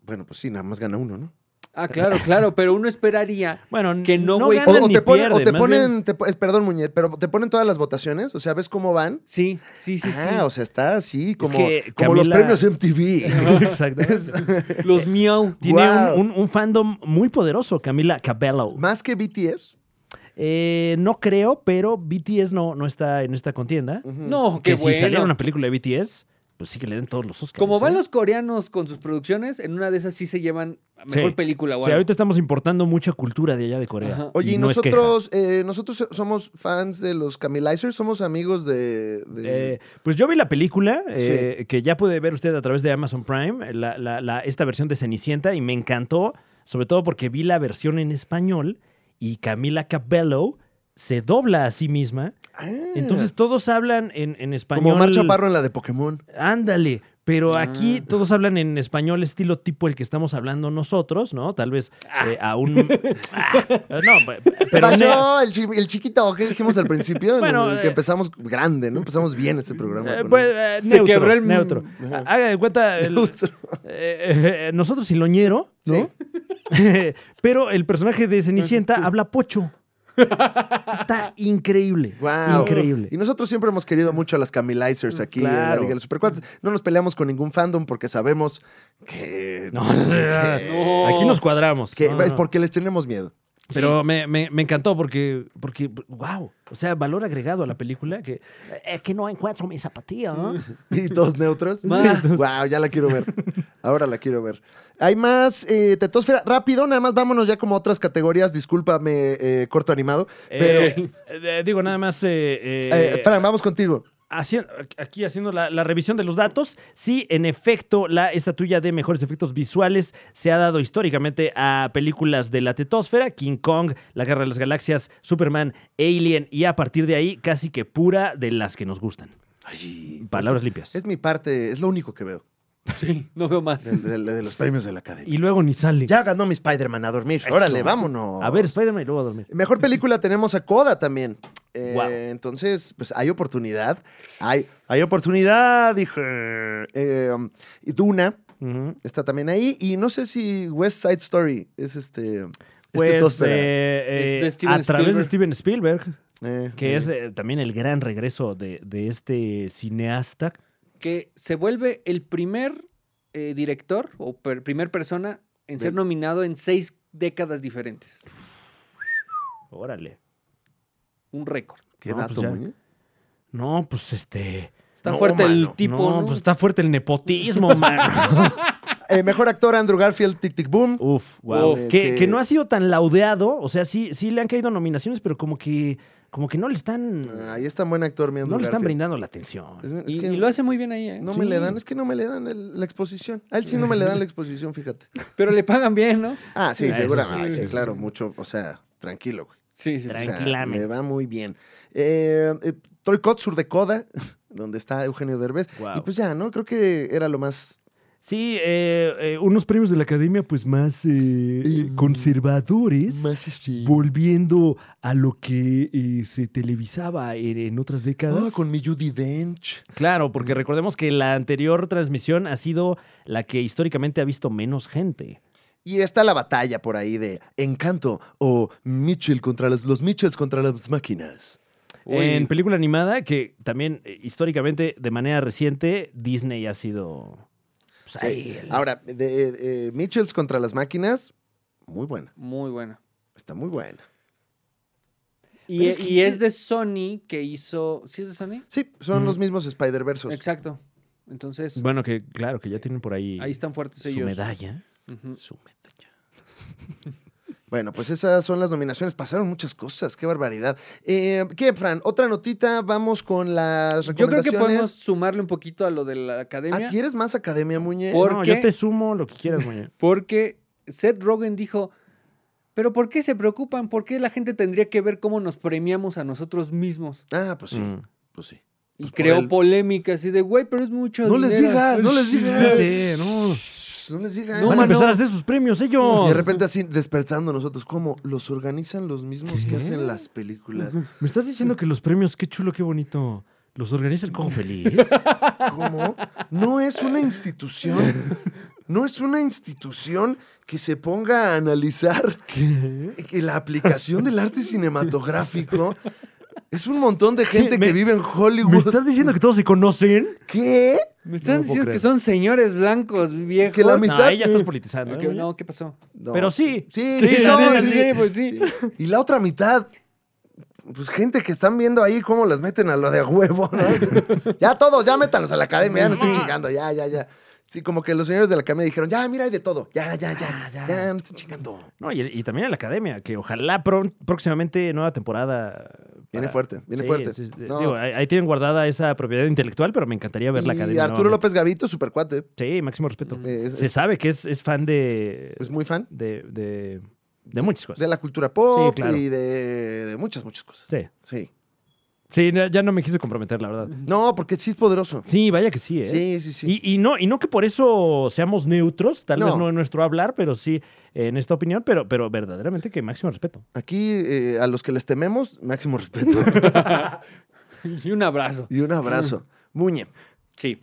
Bueno, pues sí, nada más gana uno, ¿no? Ah, claro, claro, pero uno esperaría. Bueno, Que no, güey. O, ganan o ni te ponen, o pierden, te más bien. ponen te po- es- perdón, Muñe, pero te ponen todas las votaciones, o sea, ¿ves cómo van? Sí, sí, sí, sí. ah, o sea, está así, como, que como los Camila- premios MTV. Exactamente. eh, Los mm, miau. Tiene un- Wow. un, un fandom muy poderoso, Camila Cabello. Más que BTS. Eh, no creo, pero BTS no, no está en esta contienda. No, Mm, qué que si saliera bueno. una película de BTS, pues sí que le den todos los Oscars. Como ¿eh? van los coreanos con sus producciones, en una de esas sí se llevan a mejor Sí. película o O algo. sea, ahorita estamos importando mucha cultura de allá de Corea. Ajá. Oye, y, no es queja. nosotros, eh, nosotros somos fans de los Camilizers, somos amigos de. de- Eh, pues yo vi la película eh, que ya puede ver usted a través de Amazon Prime, la- la- la- esta versión de Cenicienta, y me encantó, sobre todo porque vi la versión en español y Camila Cabello se dobla a sí misma. Ah, Entonces todos hablan en, en español. como Marcha Parro en la de Pokémon. Ándale. Pero Ah. aquí todos hablan en español estilo tipo el que estamos hablando nosotros, ¿no? Tal vez eh, aún... Ah, no, pe- ¿Qué pero... ne- pasó? El, chi- el chiquito que dijimos al principio, en Bueno, el que eh, empezamos grande, ¿no? Empezamos bien este programa. eh, con- pues, eh, Se neutro, quebró el- neutro. Ajá. Haga de cuenta... el- eh, eh, nosotros y Loñero, ¿no? pero el personaje de Cenicienta habla pocho. Está increíble. Guau. Increíble. Mm, Y nosotros siempre hemos querido mucho a las Camilizers aquí en la Claro. Liga de los Supercuates. No nos peleamos con ningún fandom porque sabemos que. No, que- No. Aquí nos cuadramos. Eh, que- No, no, es no. porque les tenemos miedo. Pero me, me- me encantó porque, porque, wow, o sea, valor agregado a la película que... Es que no encuentro mi zapatilla. Y dos neutros. Wow, ya la quiero ver. Ahora la quiero ver. Hay más eh, tetosfera. Rápido, nada más vámonos ya como a otras categorías. Discúlpame, eh, corto animado. Pero. Eh, digo, nada más... eh, eh, eh, Fran, vamos contigo. haci- aquí haciendo la, la revisión de los datos. Sí, en efecto, la estatuilla de mejores efectos visuales se ha dado históricamente a películas de la tetósfera, King Kong, La Guerra de las Galaxias, Superman, Alien, y a partir de ahí casi que pura de las que nos gustan. Palabras limpias. Es mi parte, es lo único que veo Sí, no veo más. de, de- de los premios de la academia. Y luego ni sale. Ya ganó mi Spider-Man a dormir. Eso. Órale, vámonos. A ver, Spider-Man y luego a dormir. Mejor película tenemos a Coda también. Eh, Guau. Entonces, pues hay oportunidad. Hay, hay oportunidad, dije. Eh, y Duna Ujú. está también ahí. Y no sé si West Side Story es este. es Pues, tetosfera. eh, Es eh, de Steven a través de Spielberg. Steven Spielberg, Eh, que eh. es eh, también el gran regreso de, de este cineasta. Que se vuelve el primer eh, director o per- primer persona en ser Del- nominado en seis décadas diferentes. Órale. Un récord. Qué No, pues dato, ya. Muñe. No, pues este. Está No, fuerte mano. el tipo, no, ¿no? pues está fuerte el nepotismo, man. Eh, mejor actor Andrew Garfield, Tic Tic Boom. Uf, wow. Uf, que, que- que no ha sido tan laudeado. O sea, sí, sí le han caído nominaciones, pero como que, como que no le están. Ahí está buen actor, mi Andrew no le están Garfield. brindando la atención. Es- es y, que y lo hace muy bien ahí, ¿eh? No Sí. me le dan, es que no me le dan el- la exposición. A él sí no me le dan la exposición, fíjate. Pero le pagan bien, ¿no? Ah, sí, Ah, eso seguramente. sí, sí, eso claro, sí. mucho. O sea, tranquilo, güey. Sí, sí, sí. O sea, Tranquilamente. le va muy bien. Eh, eh, Troy Kotsur de Coda, donde está Eugenio Derbez. Guau. Y pues ya, ¿no? Creo que era lo más. Sí, eh, eh, unos premios de la academia, pues más eh, eh, conservadores. volviendo a lo que eh, se televisaba en, en otras décadas. Ah, con mi Judy Dench. Claro, porque recordemos que la anterior transmisión ha sido la que históricamente ha visto menos gente. Y está la batalla por ahí de Encanto o Mitchell contra las- los Mitchells contra las máquinas. Uy. En película animada, que también eh, históricamente, de manera reciente, Disney ha sido... pues, ahí, el- Ahora, de, eh, Mitchells contra las máquinas, muy buena. Muy buena. Está muy buena. Y, Pero e- es que- y es de Sony que hizo. ¿Sí es de Sony? Sí, son Mm. los mismos Spider-Versos. Exacto. Entonces, Bueno, que claro, que ya tienen por ahí, ahí están fuertes su ellos. medalla. Ujú. Su medalla. Bueno, pues esas son las nominaciones. Pasaron muchas cosas, qué barbaridad. Eh, ¿Qué, Fran? Otra notita, vamos con las Yo creo recomendaciones. que podemos sumarle un poquito a lo de la academia. ¿Adquieres más Academia Muñe? Por- No, qué? yo te sumo lo que quieras, güey. Porque Seth Rogen dijo, pero ¿por qué se preocupan? ¿Por qué la gente tendría que ver cómo nos premiamos a nosotros mismos? Ah, pues sí, Mm. pues sí. Y Pues por creó el- polémica así de, güey, pero es mucho No les dinero". digas, no les digas. Fíjate, no. Shh, no les digan. Van a empezar a hacer sus premios y ellos. de repente así despertando nosotros, ¿cómo? Los organizan los mismos que hacen las películas. Me estás diciendo que los premios, qué chulo, qué bonito. Los organiza el Cojo Feliz. ¿Cómo? No es una institución. No es una institución que se ponga a analizar que la aplicación del arte cinematográfico. Es un montón de gente Me- que vive en Hollywood. ¿Me estás diciendo que todos se conocen? ¿Qué? Me No están lo puedo diciendo que creer. son señores blancos, viejos. Que la No, mitad. ahí ya estás politizando. Ok, ¿eh? no, ¿qué pasó? No. Pero sí. Sí, Sí, sí, la son, neta, sí, sí, pues sí. Y la otra mitad, pues gente que están viendo ahí cómo las meten a lo de a huevo, ¿no? ya todos, ya métanlos a la academia, ya no estén chingando, ya, ya, ya. Sí, como que los señores de la academia dijeron, ya, mira, hay de todo, ya, ya, ya, Ah, ya. ya, no estén chingando. No, y, y también en la academia, que ojalá pro- próximamente nueva temporada. Viene para- fuerte, viene Sí, fuerte. sí, sí. No. Digo, ahí, ahí tienen guardada esa propiedad intelectual, pero me encantaría ver la Y academia. Arturo nuevamente. López Gavito, super cuate, Sí, máximo respeto. eh, es, Se sabe que es, es fan de, es muy fan de, de, de muchas cosas. de la cultura pop Sí, claro. y de, de muchas, muchas cosas. Sí. Sí. Sí, no, ya no me quise comprometer, la verdad. No, porque sí es poderoso. Sí, vaya que sí, ¿eh? Sí, sí, sí. Y, y no, y no que por eso seamos neutros, tal vez No. no en nuestro hablar, pero sí en esta opinión, pero, pero verdaderamente que máximo respeto. Aquí, eh, a los que les tememos, máximo respeto. Y un abrazo. y un abrazo. Muñe, Sí.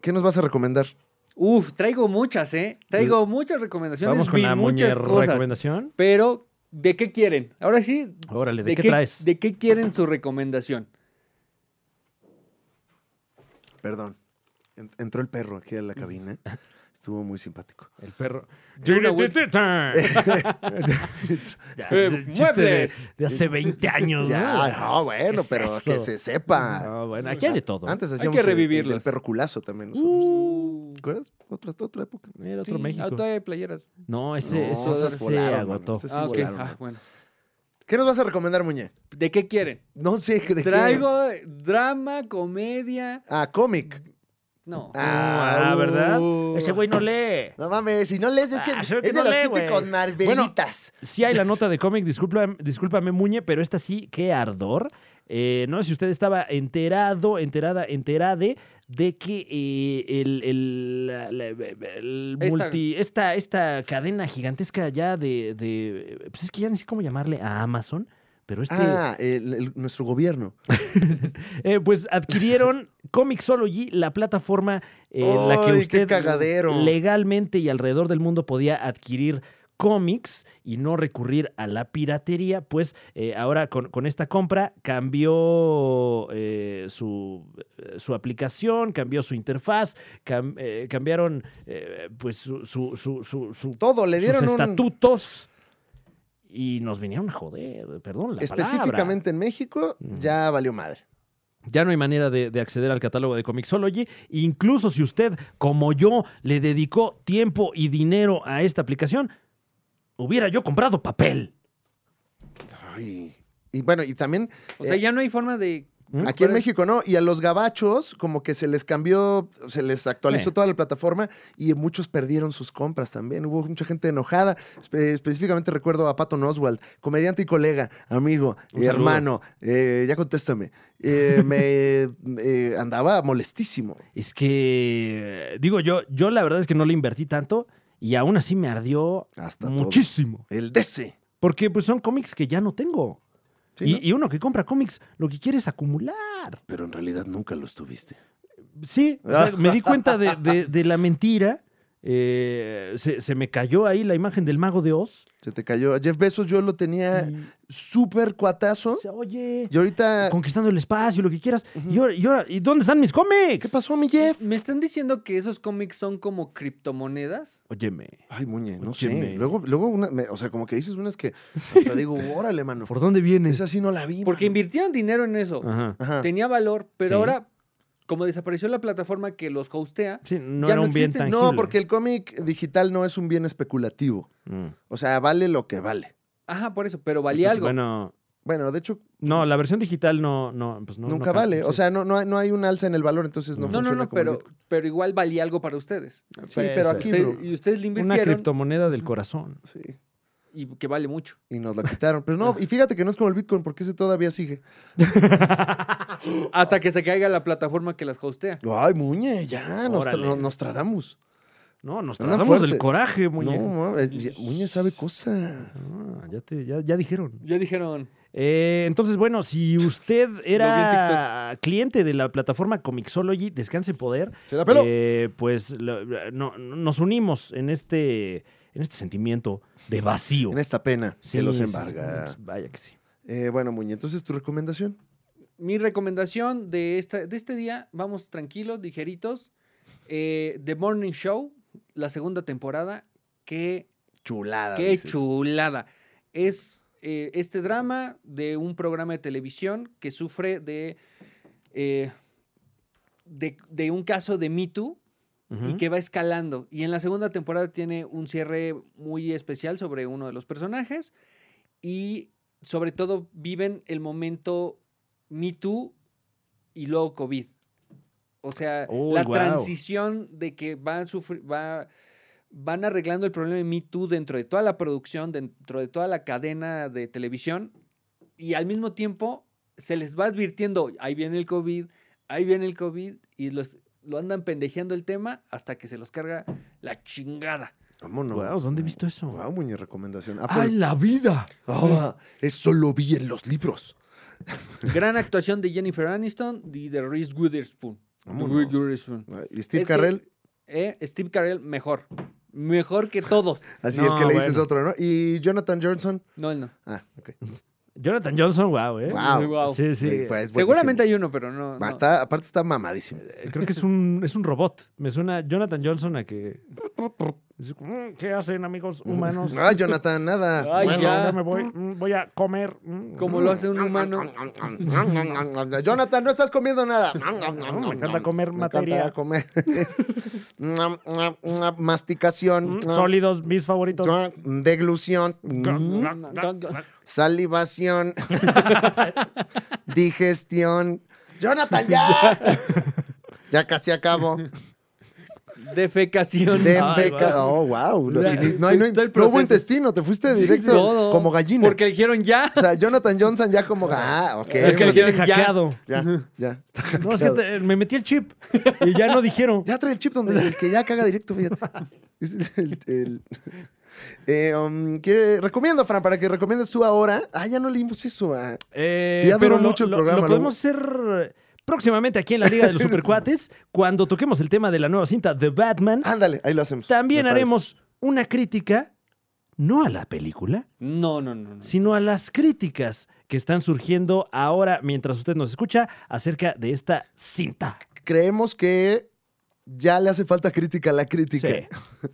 ¿qué nos vas a recomendar? Uf, traigo muchas, ¿eh? Traigo muchas recomendaciones. Pues Vamos con vi la muñe muchas cosas. recomendación. Pero, ¿de qué quieren? Ahora sí, Órale, ¿de, ¿de qué, qué- traes? ¿De qué quieren su recomendación? Perdón. En- Entró el perro aquí a la cabina. Estuvo muy simpático. El perro. Yo una vuelta- Ya, Eh, ese chiste muebles. De, de hace 20 años, ¿no? Ya, no, bueno, ¿Qué es pero eso? que se sepa. No, bueno, aquí hay de todo. Antes Hay que hacíamos el- revivirlos. El, del perro culazo también nosotros. Uh, ¿Te acuerdas? Otra, otra época. Era otro sí, México. ah, todavía hay playeras. No, ese, No, eso esas se volaron, mano, agotó. esas- Sí, Ah, ok. volaron. Ah, bueno. ¿Qué nos vas a recomendar, Muñe? ¿De qué quieren? No sé de qué. Traigo drama, comedia. Ah, cómic. No. Ah, ¿verdad? uh. Ese güey no lee. No mames, si no lees, es que Ah, es yo que de no los leo, típicos güey. marvelitas. Sí hay la nota de cómic, discúlpame, discúlpame Muñe, pero esta sí, qué ardor. Eh, no sé si usted estaba enterado, enterada, enterade de que eh, el, el- la- la- el Esta. multi- esta, esta cadena gigantesca ya de, de- Pues es que ya ni sé cómo llamarle a Amazon, pero este... Ah, el- el- nuestro gobierno. Eh, pues adquirieron Comixology, la plataforma eh, en la que ¡Ay, qué usted cagadero! legalmente y alrededor del mundo podía adquirir cómics y no recurrir a la piratería, pues eh, ahora con, con esta compra cambió eh, su, eh, su aplicación, cambió su interfaz, cam- eh, cambiaron eh, pues su, su- su- su- su- Todo, le dieron sus un- estatutos y nos vinieron a joder, perdón, la palabra. Mm. Específicamente en México, Ujú. ya valió madre. Ya no hay manera de, de acceder al catálogo de Comixology. Incluso si usted, como yo, le dedicó tiempo y dinero a esta aplicación, hubiera yo comprado papel. Ay. Y bueno, y también O sea, Eh, ya no hay forma de. ¿Mm? Aquí en Pero- México no, y a los gabachos como que se les cambió, se les actualizó Sí. toda la plataforma y muchos perdieron sus compras también. Hubo mucha gente enojada. Espe- específicamente recuerdo a Patton Oswald, comediante y colega, amigo, Un eh, saludo. hermano, eh, ya contéstame. Eh, me eh, andaba molestísimo. Es que, eh, digo yo, yo la verdad es que no le invertí tanto y aún así me ardió Hasta todo. muchísimo. El DC. Porque pues son cómics que ya no tengo. Sí, y, ¿no? y uno que compra cómics lo que quiere es acumular. Pero en realidad nunca los tuviste. Sí, o sea, me di cuenta de, de- de la mentira. Eh, se, se me cayó ahí la imagen del mago de Oz. Se te cayó. Jeff Bezos yo lo tenía Y- súper cuatazo. O sea, oye, Y ahorita... conquistando el espacio, lo que quieras. y, ahora, y ahora- ¿y dónde están mis cómics? ¿Qué pasó, mi Jeff? ¿Me están diciendo que esos cómics son como criptomonedas? Óyeme, Ay, Muñe, no Óyeme. sé. Luego, luego una- me- o sea, como que dices unas que hasta digo, órale, mano. ¿por dónde vienes? Esa sí no la vi. Porque mano. Ah. invirtieron dinero en Oh. eso. Ajá. Ajá. Tenía valor, pero Sí. ahora, como desapareció la plataforma que los hostea, Sí, no Ya era no un bien existen. tangible. No, porque el cómic digital no es un bien especulativo. Mm. O sea, vale lo que vale. ajá, por eso, pero valía Entonces, algo. Bueno, Bueno, de hecho, no, la versión digital no, no, pues no. nunca no- vale. O sí. sea, no, no, hay, no hay un alza en el valor, entonces no, no, no, funciona no, como el pero, Bitcoin. pero igual valía algo para ustedes. Sí, Pues, pero eh, aquí, Usted- bro. y ustedes le una invirtieron criptomoneda del corazón. Sí, y que vale mucho. y nos la quitaron. Pero no, y fíjate que no es como el Bitcoin, porque ese todavía sigue. Hasta que se caiga la plataforma que las hostea. Ay, Muñe, ya, nos, tra- Órale. no- nos tradamos. No, nos Andan tratamos del fuerte. coraje, No, muñeco. mames, ya- Muñez sabe cosas. Ah, ya, te- ya- ya dijeron. Ya dijeron, Eh, entonces, bueno, si usted era cliente de la plataforma Comixology, Descanse en Poder, Se la peló. eh, pues lo- no- no- nos unimos en este, en este sentimiento de vacío. En esta pena Sí, que los sí, sí, embarga. pues, vaya que sí. Eh, bueno, Muñe, entonces tu recomendación. mi recomendación de, esta, de este día, vamos tranquilos, ligeritos. eh, The Morning Show, la segunda temporada. Qué, Chulada. qué dices. chulada. Es eh, este drama de un programa de televisión que sufre de, eh, de, de un caso de Me Too. y Ujú. que va escalando. Y en la segunda temporada tiene un cierre muy especial sobre uno de los personajes y sobre todo viven el momento Me Too y luego COVID. O sea, Uy, la guau. transición de que van, sufri- va- van arreglando el problema de Me Too dentro de toda la producción, dentro de toda la cadena de televisión y al mismo tiempo se les va advirtiendo, ahí viene el COVID, ahí viene el COVID y los, lo andan pendejeando el tema hasta que se los carga la chingada. Vámonos. Guau, ¿dónde he visto eso? Guau, Muñe, recomendación. Ah, ¡Ay, la vida! Ah, eso lo vi en los libros. Gran actuación de Jennifer Aniston y de Reese Witherspoon. Vámonos. Reese Witherspoon. Ah, Y Steve Es que- Carrell, Eh, Steve Carell, mejor. Mejor que todos. así No, el que le dices bueno. otro, ¿no? Y Jonathan Johnson. No, él no. Ah, ok. Jonathan Johnson, guau, ¿eh? Guau. Guau. Sí, sí. Eh, pues, Ah, buenísimo. Seguramente hay uno, pero no. Ah, no. está- aparte está mamadísimo. Eh, Creo que es un, es un robot. Me suena Jonathan Johnson a que... Es como, "Mm, ¿Qué hacen, amigos humanos? Ay, Jonathan, nada. Ay, Bueno, ya. ya me voy. mm, Voy a comer. mm, Como lo hace un humano. Jonathan, no estás comiendo nada. mm, Me encanta comer Me materia. encanta comer. Masticación. mm, Sólidos, mis favoritos. Deglución. Mm. Salivación. Digestión. Jonathan, ya. ya casi acabo. Defecación. De Ay, feca- wow. Oh, wow. Ya, No, hay- no hay- todo el no hubo proceso. intestino, te fuiste directo todo. como gallina. Porque dijeron ya. O sea, Jonathan Johnson ya como. Ah, ok. Es que le me tienen dijeron, ya. hackeado. Ya, ya. Está No, es que te- me metí el chip y ya no dijeron. Ya trae el chip donde el que ya caga directo, fíjate. Es el- el- Eh, um, ¿quiere- recomienda, Fran, para que recomiendes tú ahora. Ah, ya no leímos eso. ah. Eh, Ya duró pero lo- mucho el lo- programa, Lo ¿no? podemos hacer próximamente aquí en la Liga de los Supercuates cuando toquemos el tema de la nueva cinta The Batman. Ándale, ahí lo hacemos. También Ah, Me parece. haremos una crítica, no a la película, No, no, no. no. sino a las críticas que están surgiendo ahora mientras usted nos escucha acerca de esta cinta. Creemos que ya le hace falta crítica a la crítica. Sí.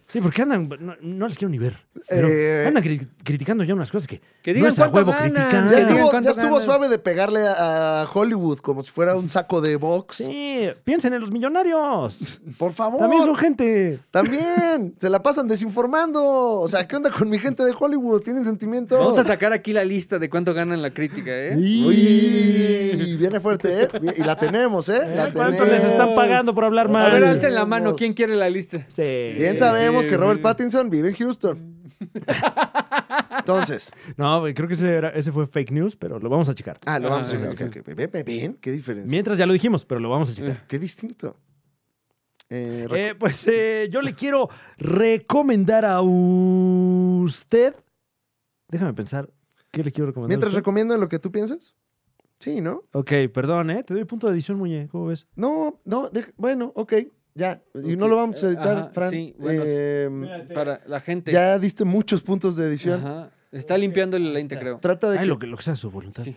Sí, porque andan, no, no les quiero ni ver. pero Eh, andan cri- criticando ya unas cosas que Que digan no es a cuánto huevo ganan. criticar. Ya Que digan estuvo, ya cuánto estuvo ganan. suave de pegarle a, a Hollywood como si fuera un saco de box. Sí, piensen en los millonarios. Por favor. También son gente. También, se la pasan desinformando. O sea, ¿qué onda con mi gente de Hollywood? ¿Tienen sentimiento? Vamos a sacar aquí la lista de cuánto ganan la crítica, ¿eh? Uy, viene fuerte, ¿eh? Y la tenemos, ¿eh? La ¿Cuánto tenemos. les están pagando por hablar mal? A ver, alcen la mano. Tenemos. ¿Quién quiere la lista? Sí. Bien Sí, sabemos que Robert sí. Pattinson vive en Houston. Entonces, No, güey, creo que ese, era- ese fue fake news, pero lo vamos a checar. ah, lo Ah, vamos a ok, ver. ok, ok. Ven, ven, ven, qué diferencia. Mientras ya lo dijimos, pero lo vamos a checar. Qué distinto. Eh, rec- Eh, pues eh, yo le quiero recomendar a usted. Déjame pensar. ¿Qué le quiero recomendar? a mientras usted? recomiendo lo que tú piensas. Sí, ¿no? Ok, perdón, ¿eh? Te doy punto de edición, Muñe. ¿Cómo ves? No, no, deja- bueno, ok, ya. Y no Ok, lo vamos a eh, editar, ajá, Fran. sí, bueno, Eh, Para la gente. ya diste muchos puntos de edición. Ajá. Está limpiando la lente, creo. Trata de Ay, que- lo que, lo que sea su voluntad. Sí.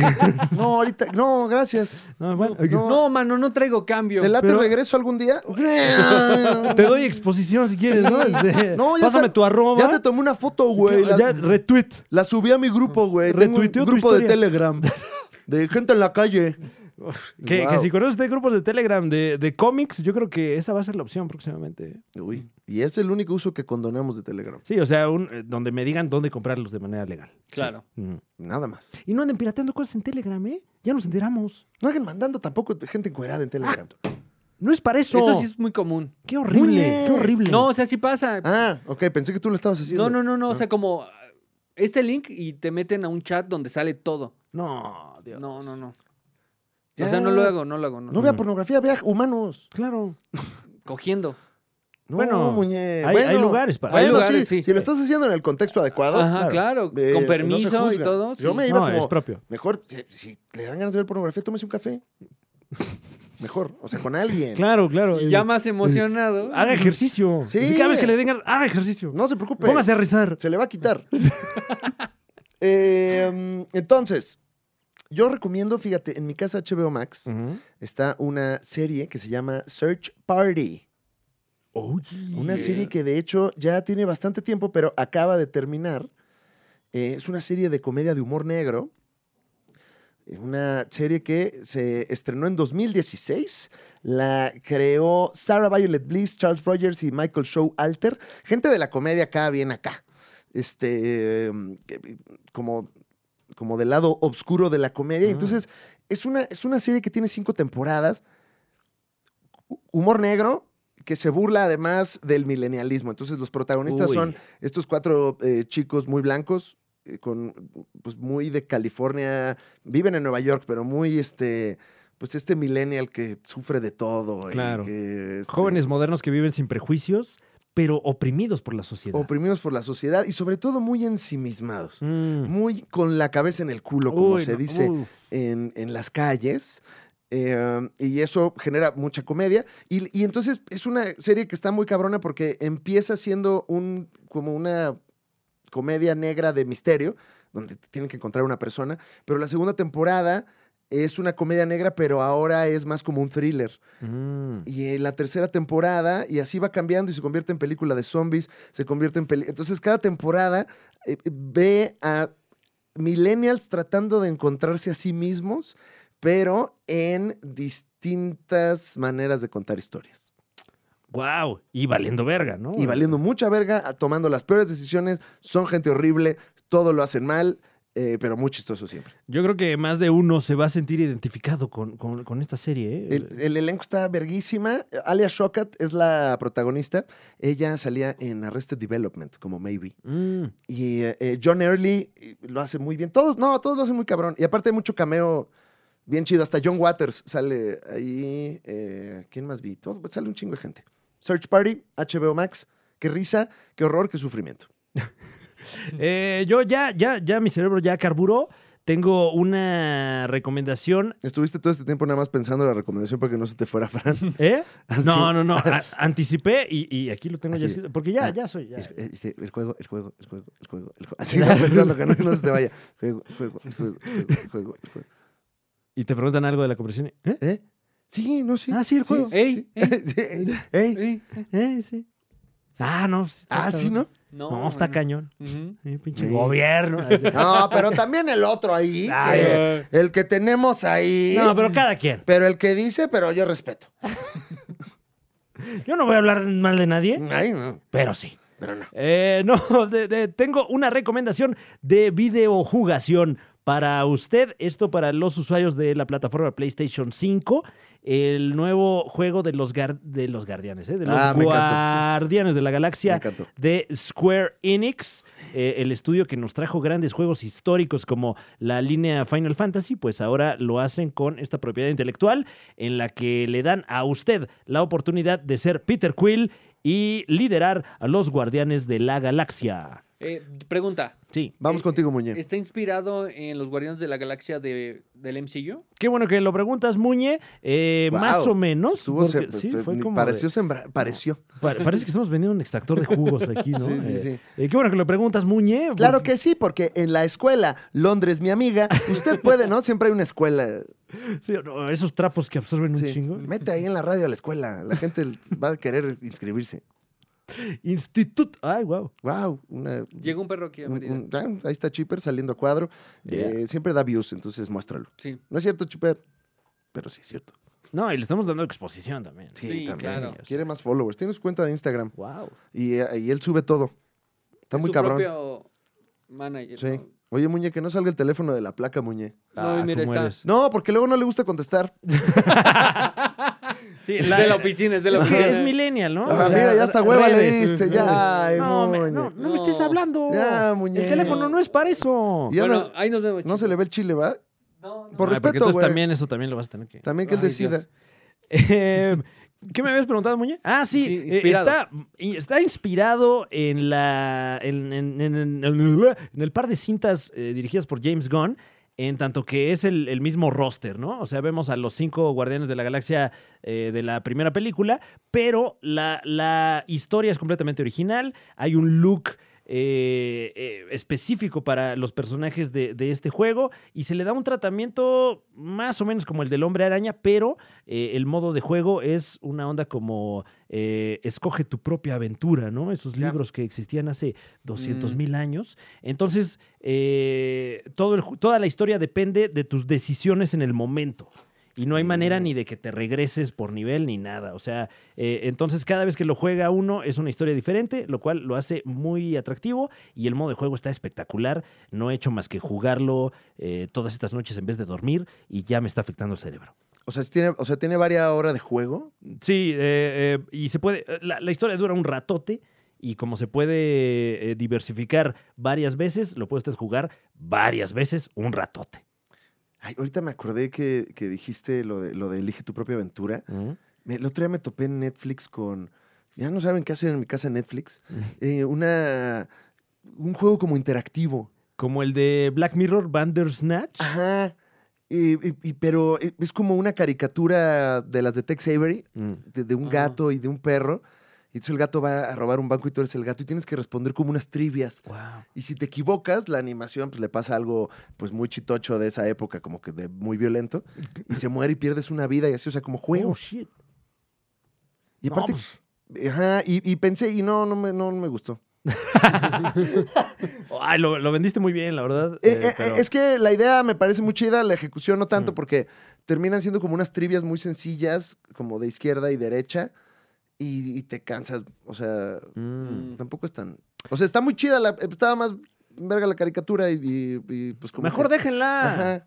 No, ahorita. No, gracias. No, bueno, ok. No, No, mano, no traigo cambio. ¿Te late pero- regreso algún día? Te doy exposición si quieres, ¿no? Este, No, ya Pásame sa- tu arroba. Ya te tomé una foto, güey. La, Ya, retweet. la subí a mi grupo, güey. Tengo un Retuiteó tu grupo de historia. Telegram. De gente en la calle. Que, Guau. que si conoces de grupos de Telegram de, de cómics, yo creo que esa va a ser la opción próximamente. Uy. Y es el único uso que condonamos de Telegram. Sí, o sea, un- eh, donde me digan dónde comprarlos de manera legal. Claro. Mm. Nada más. Y no anden pirateando cosas en Telegram, ¿eh? Ya nos enteramos. No hagan mandando tampoco gente encuerada en Telegram. No es para eso. Eso sí es muy común. Qué horrible, Muñe. qué horrible. No, o sea, sí pasa. Ah, ok. Pensé que tú lo estabas haciendo. No, no, no, no. O sea, como ah, este link y te meten a un chat donde sale todo. No, Dios. No, no, no. Ya. O sea, no lo hago, no lo hago. No. No vea pornografía, vea humanos. Claro. Cogiendo. No, Bueno, muñe- hay- hay lugares para- hay Bueno, lugares, sí, sí. Si lo estás haciendo en el contexto adecuado. Ajá, claro, eh, no con se permiso y juzga. todo. Yo sí. me iba No, como. es propio. Mejor, si, si le dan ganas de ver pornografía, tómese un café. Mejor, o sea, con alguien. Claro, claro. Y ya más emocionado. Ah, Haga ejercicio. Sí. Así Cada vez que le den ganas, haga ejercicio. No se preocupe. Póngase a rezar. Se le va a quitar. Eh, entonces, yo recomiendo, fíjate, en mi casa HBO Max Ujú. está una serie que se llama Search Party. Una Yeah. serie que de hecho ya tiene bastante tiempo, pero acaba de terminar. Eh, es una serie de comedia de humor negro. Eh, Una serie que se estrenó en 2016. La creó Sarah Violet Bliss, Charles Rogers y Michael Show Alter. Gente de la comedia acá, bien acá. Este, em, que- como, como del lado oscuro de la comedia. Ah. Entonces, es una, es una serie que tiene cinco temporadas. Hu- Humor negro, que se burla además del milenialismo. Entonces, los protagonistas Uy. son estos cuatro eh, chicos muy blancos, eh, con, pues, muy de California, viven en Nueva York, pero muy, este, pues, este millennial que sufre de todo. y Claro. que, este, Jóvenes modernos que viven sin prejuicios, pero oprimidos por la sociedad. Oprimidos por la sociedad y sobre todo muy ensimismados. Mm. Muy con la cabeza en el culo, como Uy, se no, dice Eh, uf. en, en las calles. eh, y eso genera mucha comedia. Y, y entonces es una serie que está muy cabrona porque empieza siendo un, como una comedia negra de misterio, donde te tienen que encontrar una persona. Pero la segunda temporada es una comedia negra, pero ahora es más como un thriller. Mm. Y en la tercera temporada, y así va cambiando y se convierte en película de zombies, se convierte en peli- Entonces, cada temporada eh, eh, ve a millennials tratando de encontrarse a sí mismos, pero en distintas maneras de contar historias. Guau, Y valiendo verga, ¿no? Y valiendo mucha verga, a- tomando las peores decisiones, son gente horrible, todo lo hacen mal, eh, pero muy chistoso siempre. Yo creo que más de uno se va a sentir identificado con, con- con esta serie. ¿eh? El, el elenco está verguísima. Alia Shokat es la protagonista. Ella salía en Arrested Development, como Maybe. Mm. Y eh, eh, John Early eh, lo hace muy bien. Todos, no, todos lo hacen muy cabrón. Y aparte hay mucho cameo bien chido. Hasta John Waters sale ahí. eh, ¿Quién más vi? Todo, sale un chingo de gente. Search Party, HBO Max. Qué risa, qué horror, qué sufrimiento. Eh, yo ya, ya, ya mi cerebro ya carburó. Tengo una recomendación. Estuviste todo este tiempo nada más pensando en la recomendación para que no se te fuera, Fran. ¿Eh? Así. No, no, no. a- anticipé y, y aquí lo tengo ya ¿Ah, Así. escrito. Porque ya, Ah. ya soy. ya. Es- este, el juego, el juego, el juego, el juego, el juego. Así vas pensando que no, no se te vaya. Juego, juego, juego, juego, juego, juego. Y te preguntan algo de la conversión. y, ¿Eh? ¿Eh? Sí, no, sí. Ah, sí, el juego. sí, Ey, sí. ey. Sí, ey. Sí. ¿Eh? Sí. Ah, no. pues, está Ah, sí, cabrón. ¿no? No, No, está bueno. cañón. Ujú. Eh, pinche Sí. gobierno. No, pero también el otro ahí. Ay, que- el que tenemos ahí. No, pero cada quien. Pero el que dice, pero yo respeto. Yo no voy a hablar mal de nadie, Ay, no. pero sí. Pero no. Eh, no, de- de- tengo una recomendación de videojugación para usted. Esto para los usuarios de la plataforma PlayStation 5. El nuevo juego de los, gar- de los guardianes, ¿eh? de los Ah, me encantó. guardianes de la Me galaxia encantó. de Square Enix, eh, el estudio que nos trajo grandes juegos históricos como la línea Final Fantasy, pues ahora lo hacen con esta propiedad intelectual en la que le dan a usted la oportunidad de ser Peter Quill y liderar a los guardianes de la galaxia. Eh, pregunta. Sí. Vamos Eh, contigo, Muñe. ¿Está inspirado en los Guardianes de la Galaxia de, del MCU? Qué bueno que lo preguntas, Muñe. Eh, Wow. Más o menos. Estuvo se- porque sí, te- fue ni- como de- pareció sembra- pareció. pa- parece que estamos vendiendo un extractor de jugos aquí, ¿no? Sí, sí, Eh, sí. eh, qué bueno que lo preguntas, Muñe. Claro porque- que sí, porque en la escuela, Londres, mi amiga, usted puede, ¿no? Siempre hay una escuela. sí, no, esos trapos que absorben un Sí. chingo. Mete ahí en la radio a la escuela. La gente va a querer inscribirse. Instituto. Ay, wow. Wow, una. Llegó un perro aquí a un- Mérida. un- ah, ahí está Chipper saliendo a cuadro. Eh, siempre da views, entonces muéstralo. Sí. No es cierto, Chipper, pero sí es cierto. No, y le estamos dando exposición también. Sí, Sí, también. claro. Quiere más followers. Tiene su cuenta de Instagram. Wow. Y, eh, y él sube todo. Está Es muy su cabrón. propio manager. Sí. ¿no? Oye, Muñe, que no salga el teléfono de la placa, Muñe. Ah, No, y mira, está. No, porque luego no le gusta contestar. Sí, Es de la oficina, es de la Es oficina. que es millennial, ¿no? Ah, mira, ya hasta hueva le redes. diste, ya, ay, No, me, Muñe. no, no me estés No. hablando. Ya, Muñe. El teléfono no es para eso. Y ahora Bueno, ahí nos vemos. no se chicos. le ve el chile, ¿va? No, no. Por respeto, güey. También, eso también lo vas a tener que... que él Ay, decida. Dios. Eh, ¿Qué me habías preguntado, Muñe? Ah, sí, Sí, eh, inspirado. está, y está inspirado en la en, en- en- en- en el par de cintas eh, dirigidas por James Gunn, en tanto que es el, el mismo roster, ¿no? O sea, vemos a los cinco Guardianes de la Galaxia eh, de la primera película, pero la, la historia es completamente original, hay un look... eh, eh, específico para los personajes de, de este juego y se le da un tratamiento más o menos como el del hombre araña, pero eh, el modo de juego es una onda como eh, escoge tu propia aventura, ¿no? Esos Ya. libros que existían hace 200 mil años. Entonces, eh, todo el ju- toda la historia depende de tus decisiones en el momento. Y no hay manera ni de que te regreses por nivel ni nada. O sea, eh, entonces cada vez que lo juega uno es una historia diferente, lo cual lo hace muy atractivo y el modo de juego está espectacular. No he hecho más que jugarlo eh, todas estas noches en vez de dormir y ya me está afectando el cerebro. O sea, sí tiene, o sea, tiene varias horas de juego. Sí, eh, eh, y se puede. eh, La, la historia dura un ratote y como se puede eh, diversificar varias veces, lo puede usted jugar varias veces un ratote. Ay, ahorita me acordé que, que dijiste lo de, lo de elige tu propia aventura. Me- el otro día me topé en Netflix con. Ya no saben qué hacer en mi casa Netflix. eh, una, un juego como interactivo. Como el de Black Mirror Bandersnatch. Ajá. Y- y- y- pero eh, es como una caricatura de las de Tex Avery, Mm. de, de un Ah. gato y de un perro. Y entonces el gato va a robar un banco y tú eres el gato y tienes que responder como unas trivias. Y si te equivocas, la animación pues le pasa algo pues muy chitocho de esa época, como que de muy violento, y se muere y pierdes una vida y así, o sea, como Oh, juego. shit. Y No, aparte, pues, ajá, y, y pensé, y no, no me, no me gustó. ay, lo, lo vendiste muy bien, la verdad. Eh, eh, eh, eh, pero- es que la idea me parece muy chida, la ejecución no tanto, Mm. porque terminan siendo como unas trivias muy sencillas, como de izquierda y derecha, y, y te cansas, o sea, Mm. Mm. tampoco es tan... O sea, está muy chida, la, estaba más verga la caricatura y, y- y, pues como... Mejor que- déjenla. Ajá.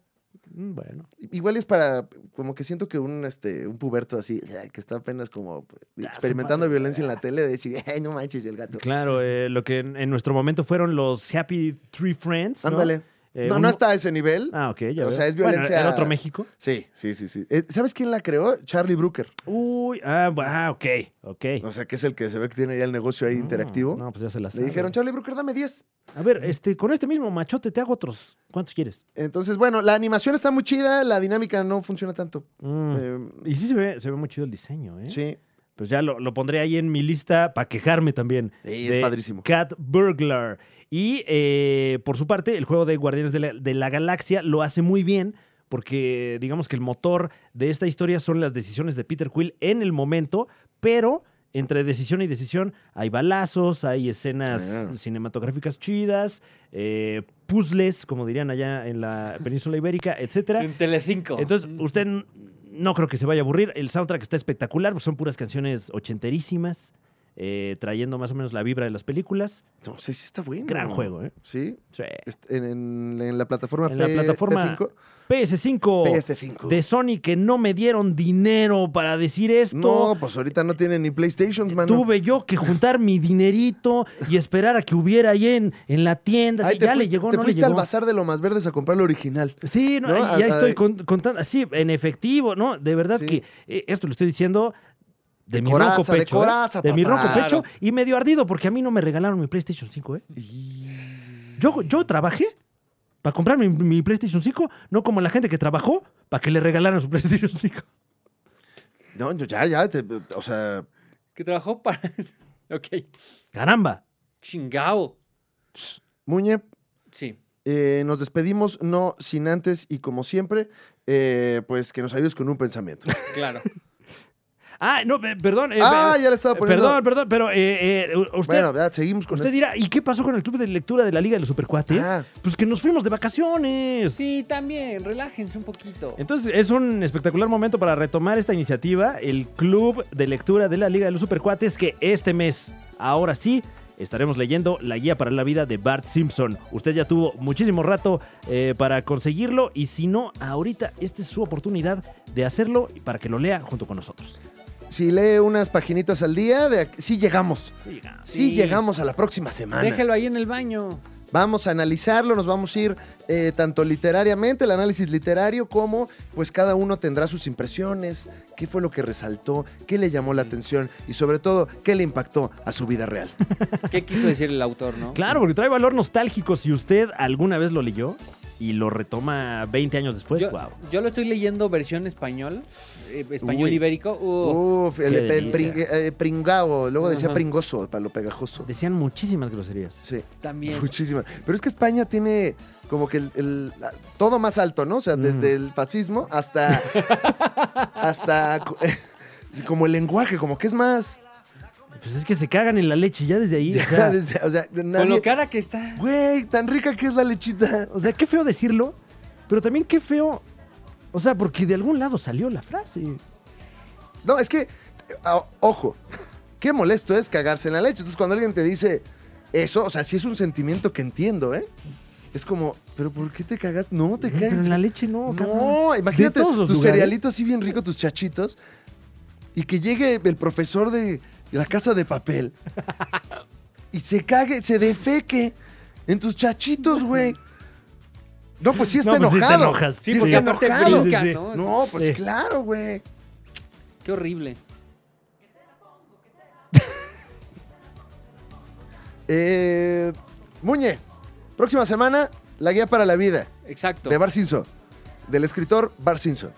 Mm, Bueno. Igual es para, como que siento que un, este, un puberto así, ay, que está apenas como experimentando Ah, padre. violencia en la tele, de decir, ay, no manches, el gato. Claro, eh, lo que en, en nuestro momento fueron los Happy Tree Friends. ¿no? Ándale. Eh, no, un- no está a ese nivel. Ah, ok, ya O veo. sea, es Bueno, violencia- ¿era otro México? Sí, sí, sí, sí. Eh, ¿Sabes quién la creó? Charlie Brooker. Uy, ah, bu- ah, ok, ok. O sea, que es el que se ve que tiene ya el negocio ahí Mm, interactivo. No, pues ya se las Le dijeron, Charlie Brooker, dame 10. A ver, este, con este mismo machote te hago otros. ¿Cuántos quieres? Entonces, bueno, la animación está muy chida, la dinámica no funciona tanto. Mm. Eh, y sí se ve, se ve muy chido el diseño, ¿eh? sí. Pues ya lo, lo pondré ahí en mi lista para quejarme también. Sí, es de padrísimo. Cat Burglar. Y eh, por su parte, el juego de Guardianes de la, de la Galaxia lo hace muy bien. Porque digamos que el motor de esta historia son las decisiones de Peter Quill en el momento, pero entre decisión y decisión hay balazos, hay escenas Ah. cinematográficas chidas, eh, puzzles, como dirían allá en la península ibérica, etcétera. En Telecinco. Entonces, usted n- no creo que se vaya a aburrir. El soundtrack está espectacular, pues son puras canciones ochenterísimas, eh, trayendo más o menos la vibra de las películas. No sé si está bueno. Gran juego, ¿eh? Sí. Sí. Est- En, en- en la plataforma En la P- plataforma P5. PS5 PS5. de Sony que no me dieron dinero para decir esto. No, pues ahorita no tienen ni PlayStation, mano. Tuve yo que juntar mi dinerito y esperar a que hubiera ahí en, en la tienda. Ay, si te ya fuiste, le llegó, te no le fuiste al llegó. bazar de lo más verdes a comprar lo original. Sí, no, ¿No? ahí- A- ya estoy ahí. con- contando. Sí, en efectivo, ¿no, de verdad Sí. que eh, esto lo estoy diciendo de, mi coraza, ronco de pecho. ¿eh? coraza, de mi papá. ronco pecho y medio ardido porque a mí no me regalaron mi PlayStation 5, ¿eh? Yo, yo trabajé para comprar mi, mi PlayStation 5, no como la gente que trabajó para que le regalaran su PlayStation 5. No, yo ya, ya, te- o sea, Que trabajó para. ok. Caramba. Chingao. Muñe, Sí. eh, nos despedimos, no sin antes y como siempre, eh, pues que nos ayudes con un pensamiento. Eh, Claro. Ah, no, pe- perdón. eh, ah, pe- ya le estaba poniendo. perdón, perdón, pero eh, eh, u- usted, bueno, ya, seguimos con usted esto. dirá, ¿y qué pasó con el club de lectura de la Liga de los Supercuates? Ah. Pues que nos fuimos de vacaciones. Sí, también. Relájense un poquito. Entonces es un espectacular momento para retomar esta iniciativa, el Club de Lectura de la Liga de los Supercuates, que este mes, ahora sí, estaremos leyendo la guía para la vida de Bart Simpson. Usted ya tuvo muchísimo rato eh, para conseguirlo y si no, ahorita esta es su oportunidad de hacerlo y para que lo lea junto con nosotros. Ah, Si lee unas paginitas al día, de aquí- sí llegamos. Venga. Sí. Sí. llegamos a la próxima semana. Déjelo ahí en el baño. Vamos a analizarlo, nos vamos a ir eh, tanto literariamente, el análisis literario, como pues cada uno tendrá sus impresiones, qué fue lo que resaltó, qué le llamó la atención y sobre todo, qué le impactó a su vida real. ¿Qué quiso decir el autor, no? Claro, porque trae valor nostálgico si usted alguna vez lo leyó y lo retoma 20 años después. Yo, wow. yo lo estoy leyendo versión español, eh, español Uy. ibérico. Uf. Uf, el, qué el delicia. pring- eh, pringao, luego decía Ajá. pringoso para lo pegajoso. Decían muchísimas groserías. Sí. También. Muchísimas. Pero es que España tiene como que el, el- la- todo más alto, ¿no? O sea, desde el fascismo hasta. hasta. co- como el lenguaje, como que es más. Pues es que se cagan en la leche ya desde ahí. Ya, o, sea, desde- o sea, Con nadie- lo cara que está. Güey, tan rica que es la lechita. o sea, qué feo decirlo, pero también qué feo. O sea, porque de algún lado salió la frase. No, es que. a- ojo, qué molesto es cagarse en la leche. Entonces, cuando alguien te dice eso, o sea, sí es un sentimiento que entiendo, ¿eh? Es como, ¿pero por qué te cagas? No, te Pero cagas. en la leche no. cabrón. No, imagínate De todos los tus lugares. cerealitos así bien ricos, tus chachitos, y que llegue el profesor de la casa de papel y se cague, se defeque en tus chachitos, güey. No, pues sí está No, pues sí te enojado. enojas. Sí, Sí, está porque aparte enojado. brinca, Sí, sí, sí. ¿no? No, pues Sí. claro, güey. Qué horrible. Eh, Muñe, próxima semana, la guía para la vida Exacto. de Barcinso, del escritor Barcinso.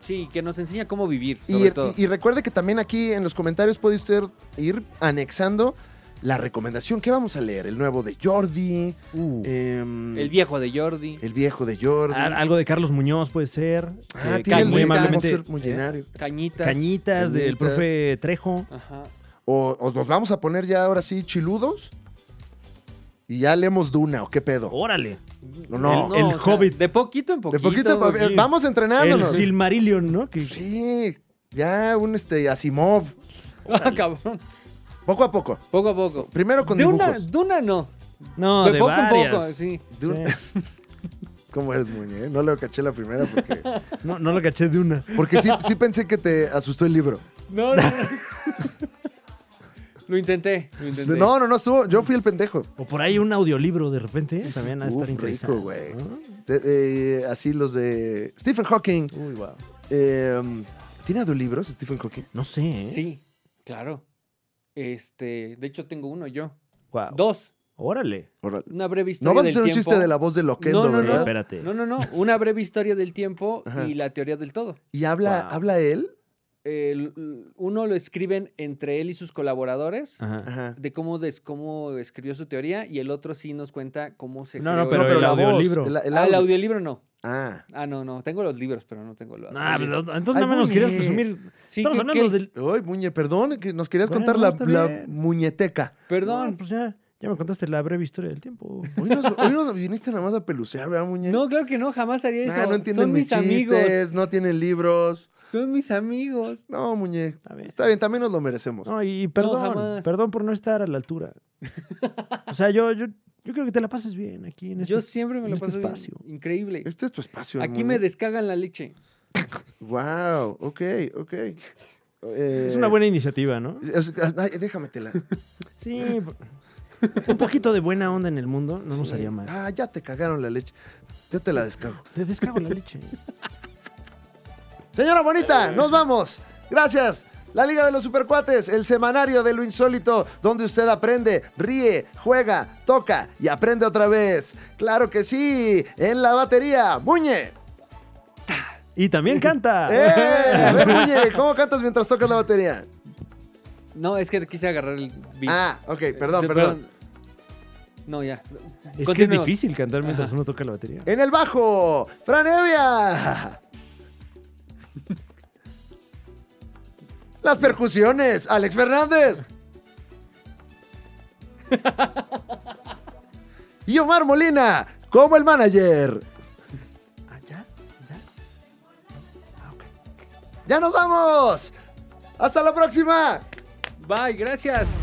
Sí, que nos enseña cómo vivir, sobre Y, todo. y recuerde que también aquí en los comentarios puede usted ir anexando la recomendación. ¿Qué vamos a leer? El nuevo de Jordi. Uh. em, el viejo de Jordi. el viejo de Jordi. Al- Algo de Carlos Muñoz puede ser. Ah, Eh, tiene el muy de Cañitas. amablemente, Vamos a ser mullenario. Cañitas. Cañitas del Cañitas. profe Trejo. Ajá. O, o nos vamos a poner ya ahora sí chiludos. Y ya leemos Duna, o qué pedo. Órale. No, no. el o sea, Hobbit. de poquito en de poquito. poquito, a- poquito. vamos El entrenándonos. Silmarillion, ¿no? Que- Sí, ya un este Asimov. Ah, cabrón. Poco a poco. Poco a poco. Primero con de una, dibujos. de una no. No, de, de poco varias. en poco, sí. De un- ¿Cómo eres, Muñe? eh? No lo caché la primera porque... No, no lo caché de una. Porque sí, sí pensé que te asustó el libro. No, no, no. lo intenté, lo intenté. No, no, no estuvo. Yo fui el pendejo. O por ahí un audiolibro de repente. ¿eh? También va a estar Uf, interesante. Ah. rico, güey. Te- eh, así los de Stephen Hawking. Uy, wow. eh, ¿Tiene dos libros Stephen Hawking? No sé, ¿eh? Sí, claro. Este, de hecho tengo uno yo. Guau. Dos. Órale. Órale. Una breve historia Ah. No vas a del hacer un tiempo. chiste de la voz de Loquendo, No, no, no. ¿verdad? Espérate. No, no, no. Una breve historia del tiempo Ajá. y la teoría del todo. Y habla, Wow. habla él. El- l- uno lo escriben entre él y sus colaboradores Ah. Ajá. Ajá. de cómo, des- cómo escribió su teoría y el otro sí nos cuenta cómo se No, creó no, No, Pero pero el la voz. audiolibro. el- el Ah, el audio. audiolibro no. Ah. Ah, no, no. Tengo los libros, pero no tengo los. Ah, pero entonces Ay, nada más nos Muñe. querías presumir. Sí, Estamos ¿qué- hablando qué? del. Ay, Muñe, perdón, que nos querías Bueno, contar no, la, está la bien. muñeteca. No, Perdón. pues ya, ya me contaste la breve historia del tiempo. Hoy nos, hoy nos viniste nada más a pelucear, ¿verdad, Muñe? No, claro que no, jamás haría eso. Ah, no entienden Son mis, mis, amigos. chistes, no tienen libros. Son mis amigos. No, Muñe. Está bien. Está bien, también nos lo merecemos. No, y, y perdón, jamás. perdón por no estar a la altura. O sea, yo, yo, yo creo que te la pases bien aquí en este. Yo siempre me en lo este paso bien. espacio. Increíble. Este es tu espacio. Aquí me descagan la leche. Wow, ok, ok. Eh, Es una buena iniciativa, ¿no? déjametela. Sí. por- Un poquito de buena onda en el mundo no nos haría mal. Ah, ya te cagaron la leche. Ya te la descargo. Te descago la leche. Señora Bonita, nos vamos. Gracias. La Liga de los Supercuates, el semanario de lo insólito, donde usted aprende, ríe, juega, toca y aprende otra vez. Claro que sí, en la batería, Muñe. Y también canta. ¡Eh! A ver, Muñe, ¿cómo cantas mientras tocas la batería? No, es que quise agarrar el beat. Ah, ok, perdón, Eh, perdón. No, ya. Es que es Continuemos. difícil cantar mientras uno toca la batería. En el bajo, Fran Evia. Las percusiones, Alex Fernández. Y Omar Molina, como el manager. Ah, ya, ya. ¡Ya nos vamos! ¡Hasta la próxima! Bye, gracias.